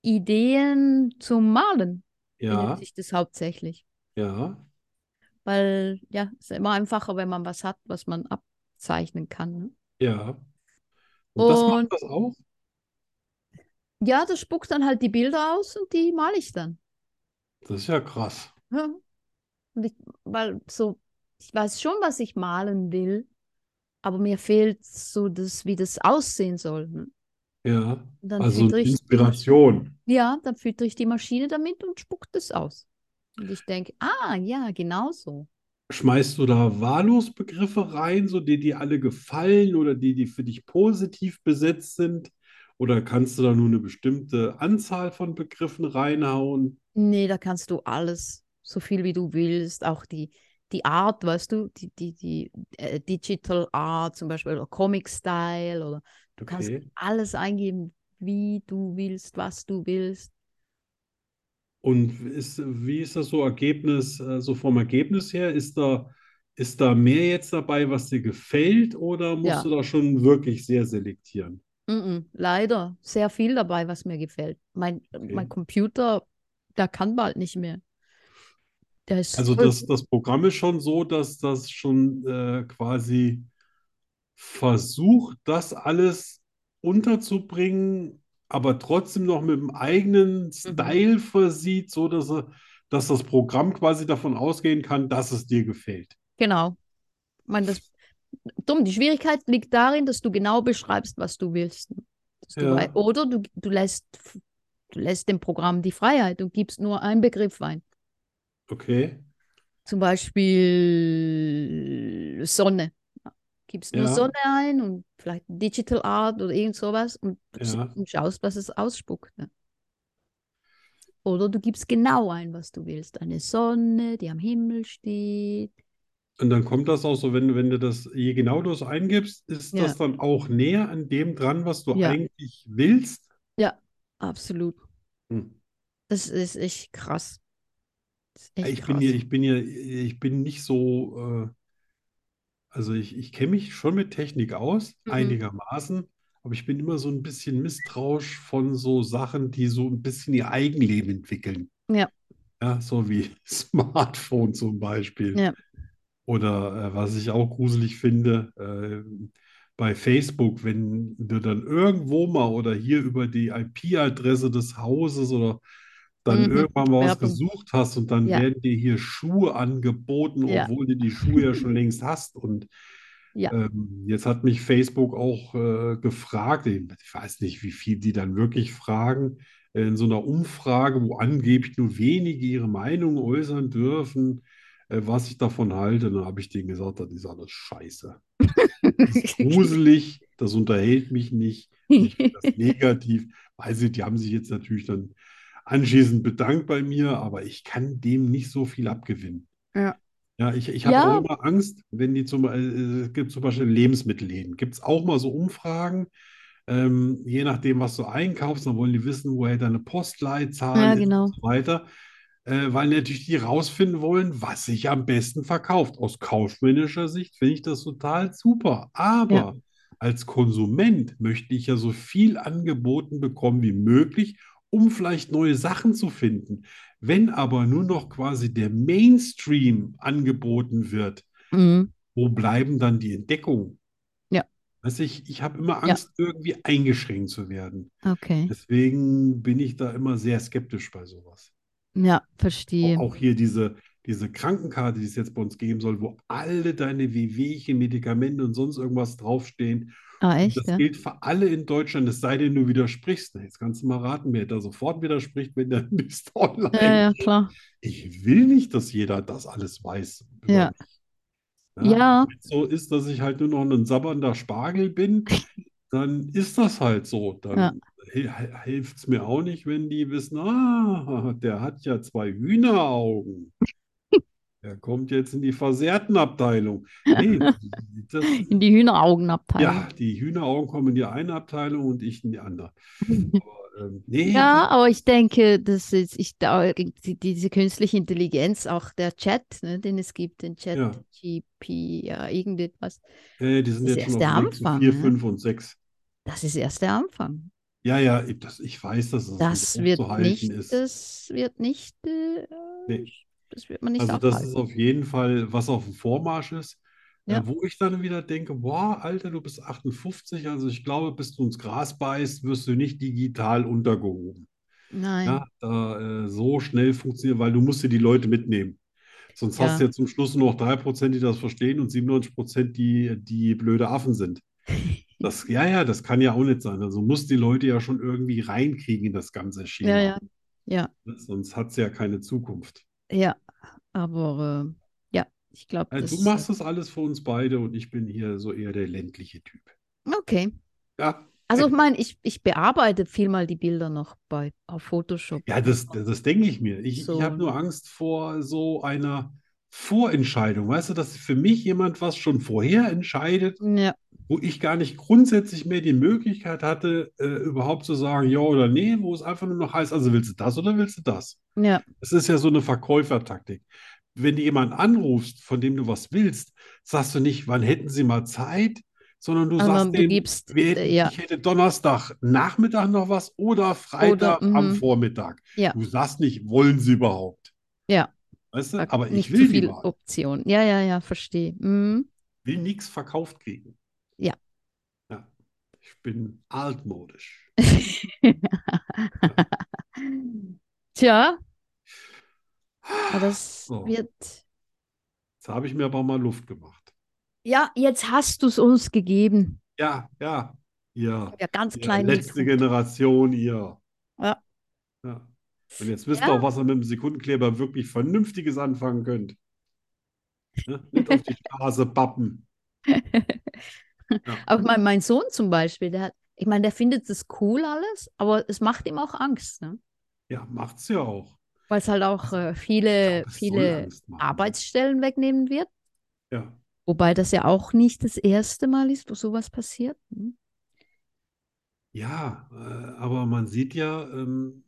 Ideen zum Malen Ja, benutze ich das hauptsächlich. ja, Weil, ja, es ist immer einfacher, wenn man was hat, was man abzeichnen kann. Ne? ja. Und das macht Und- das auch? Ja, das spuckt dann halt die Bilder aus und die male ich dann. Das ist ja krass. Ja. Und ich, weil so, ich weiß schon, was ich malen will, aber mir fehlt so das, wie das aussehen soll. Ne? Ja, Und dann also füttere ich die Masch- Inspiration. ja, dann füttere ich die Maschine damit und spuckt es aus. Und ich denke, ah, ja, genau so. Schmeißt du da wahllos Begriffe rein, so die dir alle gefallen oder die, die für dich positiv besetzt sind? Oder kannst du da nur eine bestimmte Anzahl von Begriffen reinhauen? Nee, da kannst du alles, so viel wie du willst, auch die, die Art, weißt du, die, die, die äh, Digital Art zum Beispiel oder Comic Style oder du kannst Okay. alles eingeben, wie du willst, was du willst. Und ist, wie ist das so Ergebnis, äh, so vom Ergebnis her? Ist da, ist da mehr jetzt dabei, was dir gefällt, oder musst Ja. du da schon wirklich sehr selektieren? Mhm, leider sehr viel dabei, was mir gefällt. Mein, Okay. mein Computer, der kann bald nicht mehr. Der ist Also voll- das, das Programm ist schon so, dass das schon äh, quasi versucht, das alles unterzubringen, aber trotzdem noch mit dem eigenen Style versieht, so dass, er, dass das Programm quasi davon ausgehen kann, dass es dir gefällt. Genau. Ich meine, das, drum, die Schwierigkeit liegt darin, dass du genau beschreibst, was du willst. Dass du Ja. wei- oder du, du lässt, du lässt dem Programm die Freiheit und gibst nur einen Begriff ein. Okay. Zum Beispiel Sonne. Gibst nur Ja. Sonne ein und vielleicht Digital Art oder irgend sowas und, du s- Ja. und schaust, was es ausspuckt. Ne? Oder du gibst genau ein, was du willst. Eine Sonne, die am Himmel steht. Und dann kommt das auch so, wenn, wenn du das, je genau du es eingibst, ist Ja. das dann auch näher an dem dran, was du Ja. eigentlich willst? Absolut. Hm. Das ist echt krass. Das ist echt Ich krass. bin hier, ich bin hier, ich bin nicht so, äh, also ich, ich kenne mich schon mit Technik aus, Mhm. einigermaßen, aber ich bin immer so ein bisschen misstrauisch von so Sachen, die so ein bisschen ihr Eigenleben entwickeln. Ja. Ja, so wie Smartphone zum Beispiel. Ja. Oder äh, was ich auch gruselig finde, äh, bei Facebook, wenn du dann irgendwo mal oder hier über die IP-Adresse des Hauses oder dann Mhm. irgendwann mal was Werbung. gesucht hast und dann Ja. werden dir hier Schuhe angeboten, Ja. obwohl du die Schuhe ja schon längst hast. Und Ja. ähm, jetzt hat mich Facebook auch äh, gefragt, ich weiß nicht, wie viel die dann wirklich fragen, äh, in so einer Umfrage, wo angeblich nur wenige ihre Meinung äußern dürfen, äh, was ich davon halte. Und dann habe ich denen gesagt, das ist alles scheiße. Das ist gruselig, das unterhält mich nicht. Ich finde das negativ. Weiß ich, die haben sich jetzt natürlich dann anschließend bedankt bei mir, aber ich kann dem nicht so viel abgewinnen. Ja. Ja, ich, ich habe Ja. auch immer Angst, wenn die zum, äh, es gibt zum Beispiel Lebensmittelläden, gibt es auch mal so Umfragen, ähm, je nachdem, was du einkaufst, dann wollen die wissen, woher deine Postleitzahl Ja, ist genau. und so weiter, äh, weil natürlich die rausfinden wollen, was sich am besten verkauft. Aus kaufmännischer Sicht finde ich das total super, aber Ja. als Konsument möchte ich ja so viel angeboten bekommen wie möglich, um vielleicht neue Sachen zu finden. Wenn aber nur noch quasi der Mainstream angeboten wird, Mhm. wo bleiben dann die Entdeckungen? Ja. Also ich, ich habe immer Angst, irgendwie eingeschränkt zu werden. Okay. Deswegen bin ich da immer sehr skeptisch bei sowas. Ja, Auch, verstehe. auch hier diese, diese Krankenkarte, die es jetzt bei uns geben soll, wo alle deine Wehwehchen, Medikamente und sonst irgendwas draufstehen. Ah, Und echt, das ja? gilt für alle in Deutschland, es sei denn, du widersprichst. Na, jetzt kannst du mal raten, wer da sofort widerspricht, wenn der Mist online Ja, ja, klar. ich will nicht, dass jeder das alles weiß über Ja. mich. Ja. Wenn es so ist, dass ich halt nur noch ein sabbernder Spargel bin, dann ist das halt so. Ja. Dann hilft es mir auch nicht, wenn die wissen, ah, der hat ja zwei Hühneraugen. Der kommt jetzt in die versehrten Abteilung. Nee, das, In die Hühneraugenabteilung. ja, die Hühneraugen kommen in die eine Abteilung und ich in die andere. Aber, ähm, nee, Ja, aber ich denke, das ist, ich, da, die, diese künstliche Intelligenz, auch der Chat, ne, den es gibt, den Chat, Ja. GP, ja, irgendetwas. äh, die sind Das ist jetzt schon auf erst der dem Weg zu Anfang, vier, ne? fünf und sechs. Das ist erst der Anfang. Ja, ja, ich, das, ich weiß, dass es Das nicht wird aufzuhalten nicht, ist. das wird nicht, äh, Nee. das wird man nicht Also das ist aufhalten. auf jeden Fall, was auf dem Vormarsch ist. Äh, Ja. wo ich dann wieder denke, boah, Alter, du bist 58, also ich glaube, bis du ins Gras beißt, wirst du nicht digital untergehoben. Nein. Ja, da, äh, so schnell funktioniert, weil du musst dir die Leute mitnehmen. Sonst hast du Ja. ja zum Schluss nur noch 3%, die das verstehen und 97%, die, die blöde Affen sind. Das, ja, ja, das kann ja auch nicht sein. Also muss die Leute ja schon irgendwie reinkriegen in das ganze Schema. Ne, Ja, ja. Ja. Sonst hat es ja keine Zukunft. Ja, aber äh, ja, ich glaube, Also du das. machst das alles für uns beide und ich bin hier so eher der ländliche Typ. Okay. Ja, Also ich meine, ich, ich bearbeite vielmal die Bilder noch bei auf Photoshop. ja das, das, das denke ich mir. Ich, ich habe So. nur Angst vor so einer Vorentscheidung. Weißt du, dass für mich jemand was schon vorher entscheidet, Ja, wo ich gar nicht grundsätzlich mehr die Möglichkeit hatte, äh, überhaupt zu sagen, ja oder nee, wo es einfach nur noch heißt, also willst du das oder willst du das? ja, Es ist ja so eine Verkäufertaktik. Wenn du jemanden anrufst, von dem du was willst, sagst du nicht, wann hätten sie mal Zeit, sondern du sondern sagst du dem, gibst, wir hätten, äh, ja, ich hätte Donnerstag Nachmittag noch was oder Freitag am mhm. Vormittag. Ja. Du sagst nicht, wollen sie überhaupt. Ja. Weißt sag du, aber ich nicht will zu die viel um. mal, Option. Ja, ja, ja, verstehe. Mhm. will nichts verkauft kriegen. Ja. Ja. Ich bin altmodisch. Tja, aber das So. wird. Jetzt habe ich mir aber mal Luft gemacht. Ja, jetzt hast du es uns gegeben. Ja, ja, ja. Ja, ganz Ja, klein. letzte Generation, ihr. Ja. Ja. Und jetzt wisst Ja. ihr auch, was ihr mit dem Sekundenkleber wirklich Vernünftiges anfangen könnt. Ne? Nicht auf die Straße pappen. Auch mein, mein Sohn zum Beispiel, der hat, ich meine, der findet das cool alles, aber es macht ihm auch Angst, ne? Ja, macht's ja auch. Weil es halt auch äh, viele, Das soll viele Angst machen. Arbeitsstellen wegnehmen wird. Ja. Wobei das ja auch nicht das erste Mal ist, wo sowas passiert. Hm? Ja, äh, aber man sieht ja, ähm,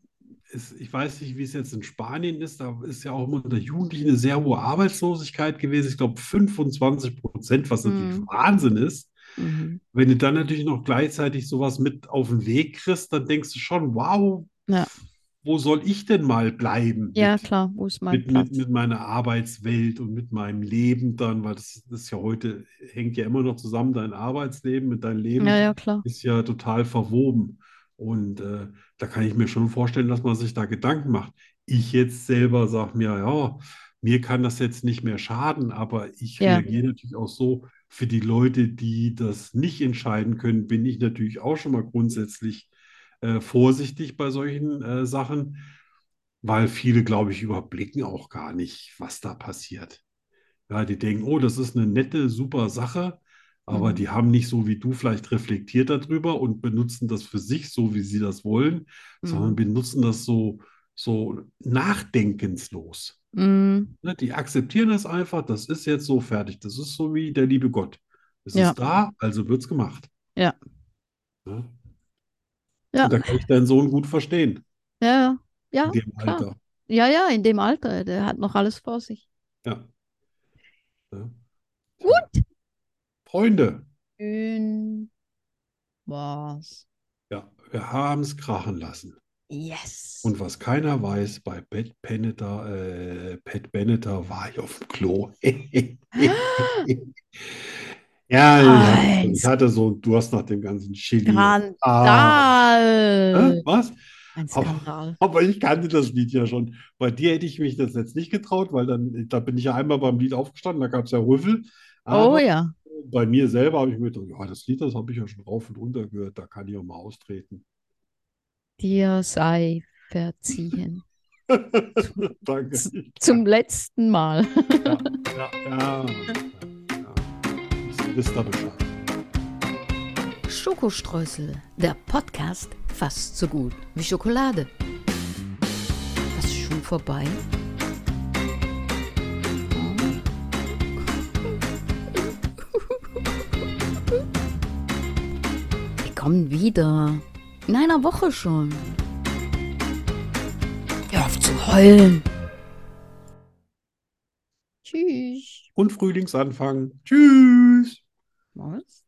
es, ich weiß nicht, wie es jetzt in Spanien ist, da ist ja auch immer unter Jugendlichen eine sehr hohe Arbeitslosigkeit gewesen. Ich glaube 25 Prozent, was natürlich Mhm. Wahnsinn ist. Mhm. Wenn du dann natürlich noch gleichzeitig sowas mit auf den Weg kriegst, dann denkst du schon, wow, Ja. wo soll ich denn mal bleiben Ja, mit, klar, wo ist mein mit, Platz? mit, mit meiner Arbeitswelt und mit meinem Leben dann, weil das, das ist ja heute, hängt ja immer noch zusammen, dein Arbeitsleben mit deinem Leben ja, ja, klar. ist ja total verwoben. Und äh, da kann ich mir schon vorstellen, dass man sich da Gedanken macht. Ich jetzt selber sage mir, ja, mir kann das jetzt nicht mehr schaden, aber ich Ja. reagiere natürlich auch so. Für die Leute, die das nicht entscheiden können, bin ich natürlich auch schon mal grundsätzlich äh, vorsichtig bei solchen äh, Sachen, weil viele, glaube ich, überblicken auch gar nicht, was da passiert. Ja, die denken, oh, das ist eine nette, super Sache. Aber Mhm. die haben nicht so wie du vielleicht reflektiert darüber und benutzen das für sich so, wie sie das wollen, Mhm. sondern benutzen das so, so nachdenkenslos. Mhm. Ne, die akzeptieren das einfach, das ist jetzt so fertig. Das ist so wie der liebe Gott. Es Ja. ist da, also wird's gemacht. Ja. Ne? Ja. Und da kann ich deinen Sohn gut verstehen, halt Ja, ja, in dem klar. Alter. ja, ja, in dem Alter, der hat noch alles vor sich. Ja. Ne? Gut. Freunde, Schön war's. ja, wir haben es krachen lassen. Yes. Und was keiner weiß, bei Pat Benatar, äh, Pat Benatar war ich auf dem Klo. ja, ich, Eins. ich hatte so, du hast nach dem ganzen Chili. Skandal. Ah, Hä? was? Ein Aber- Skandal. Aber ich kannte das Lied ja schon. Bei dir hätte ich mich das jetzt nicht getraut, weil dann, da bin ich ja einmal beim Lied aufgestanden, da gab es ja Rüffel. Oh Aber ja. bei mir selber habe ich mir gedacht, ja, das Lied, das habe ich ja schon rauf und runter gehört, da kann ich auch mal austreten. Dir sei verziehen. Danke. Zum letzten Mal. Ja, ja, ja, ja, ja. Wisst ihr Bescheid. Schokostreusel, der Podcast fast so gut wie Schokolade. Was ist schon vorbei? Wir kommen wieder. In einer Woche schon. Hör auf zu heulen. Tschüss. Und Frühlingsanfang. Tschüss. Was?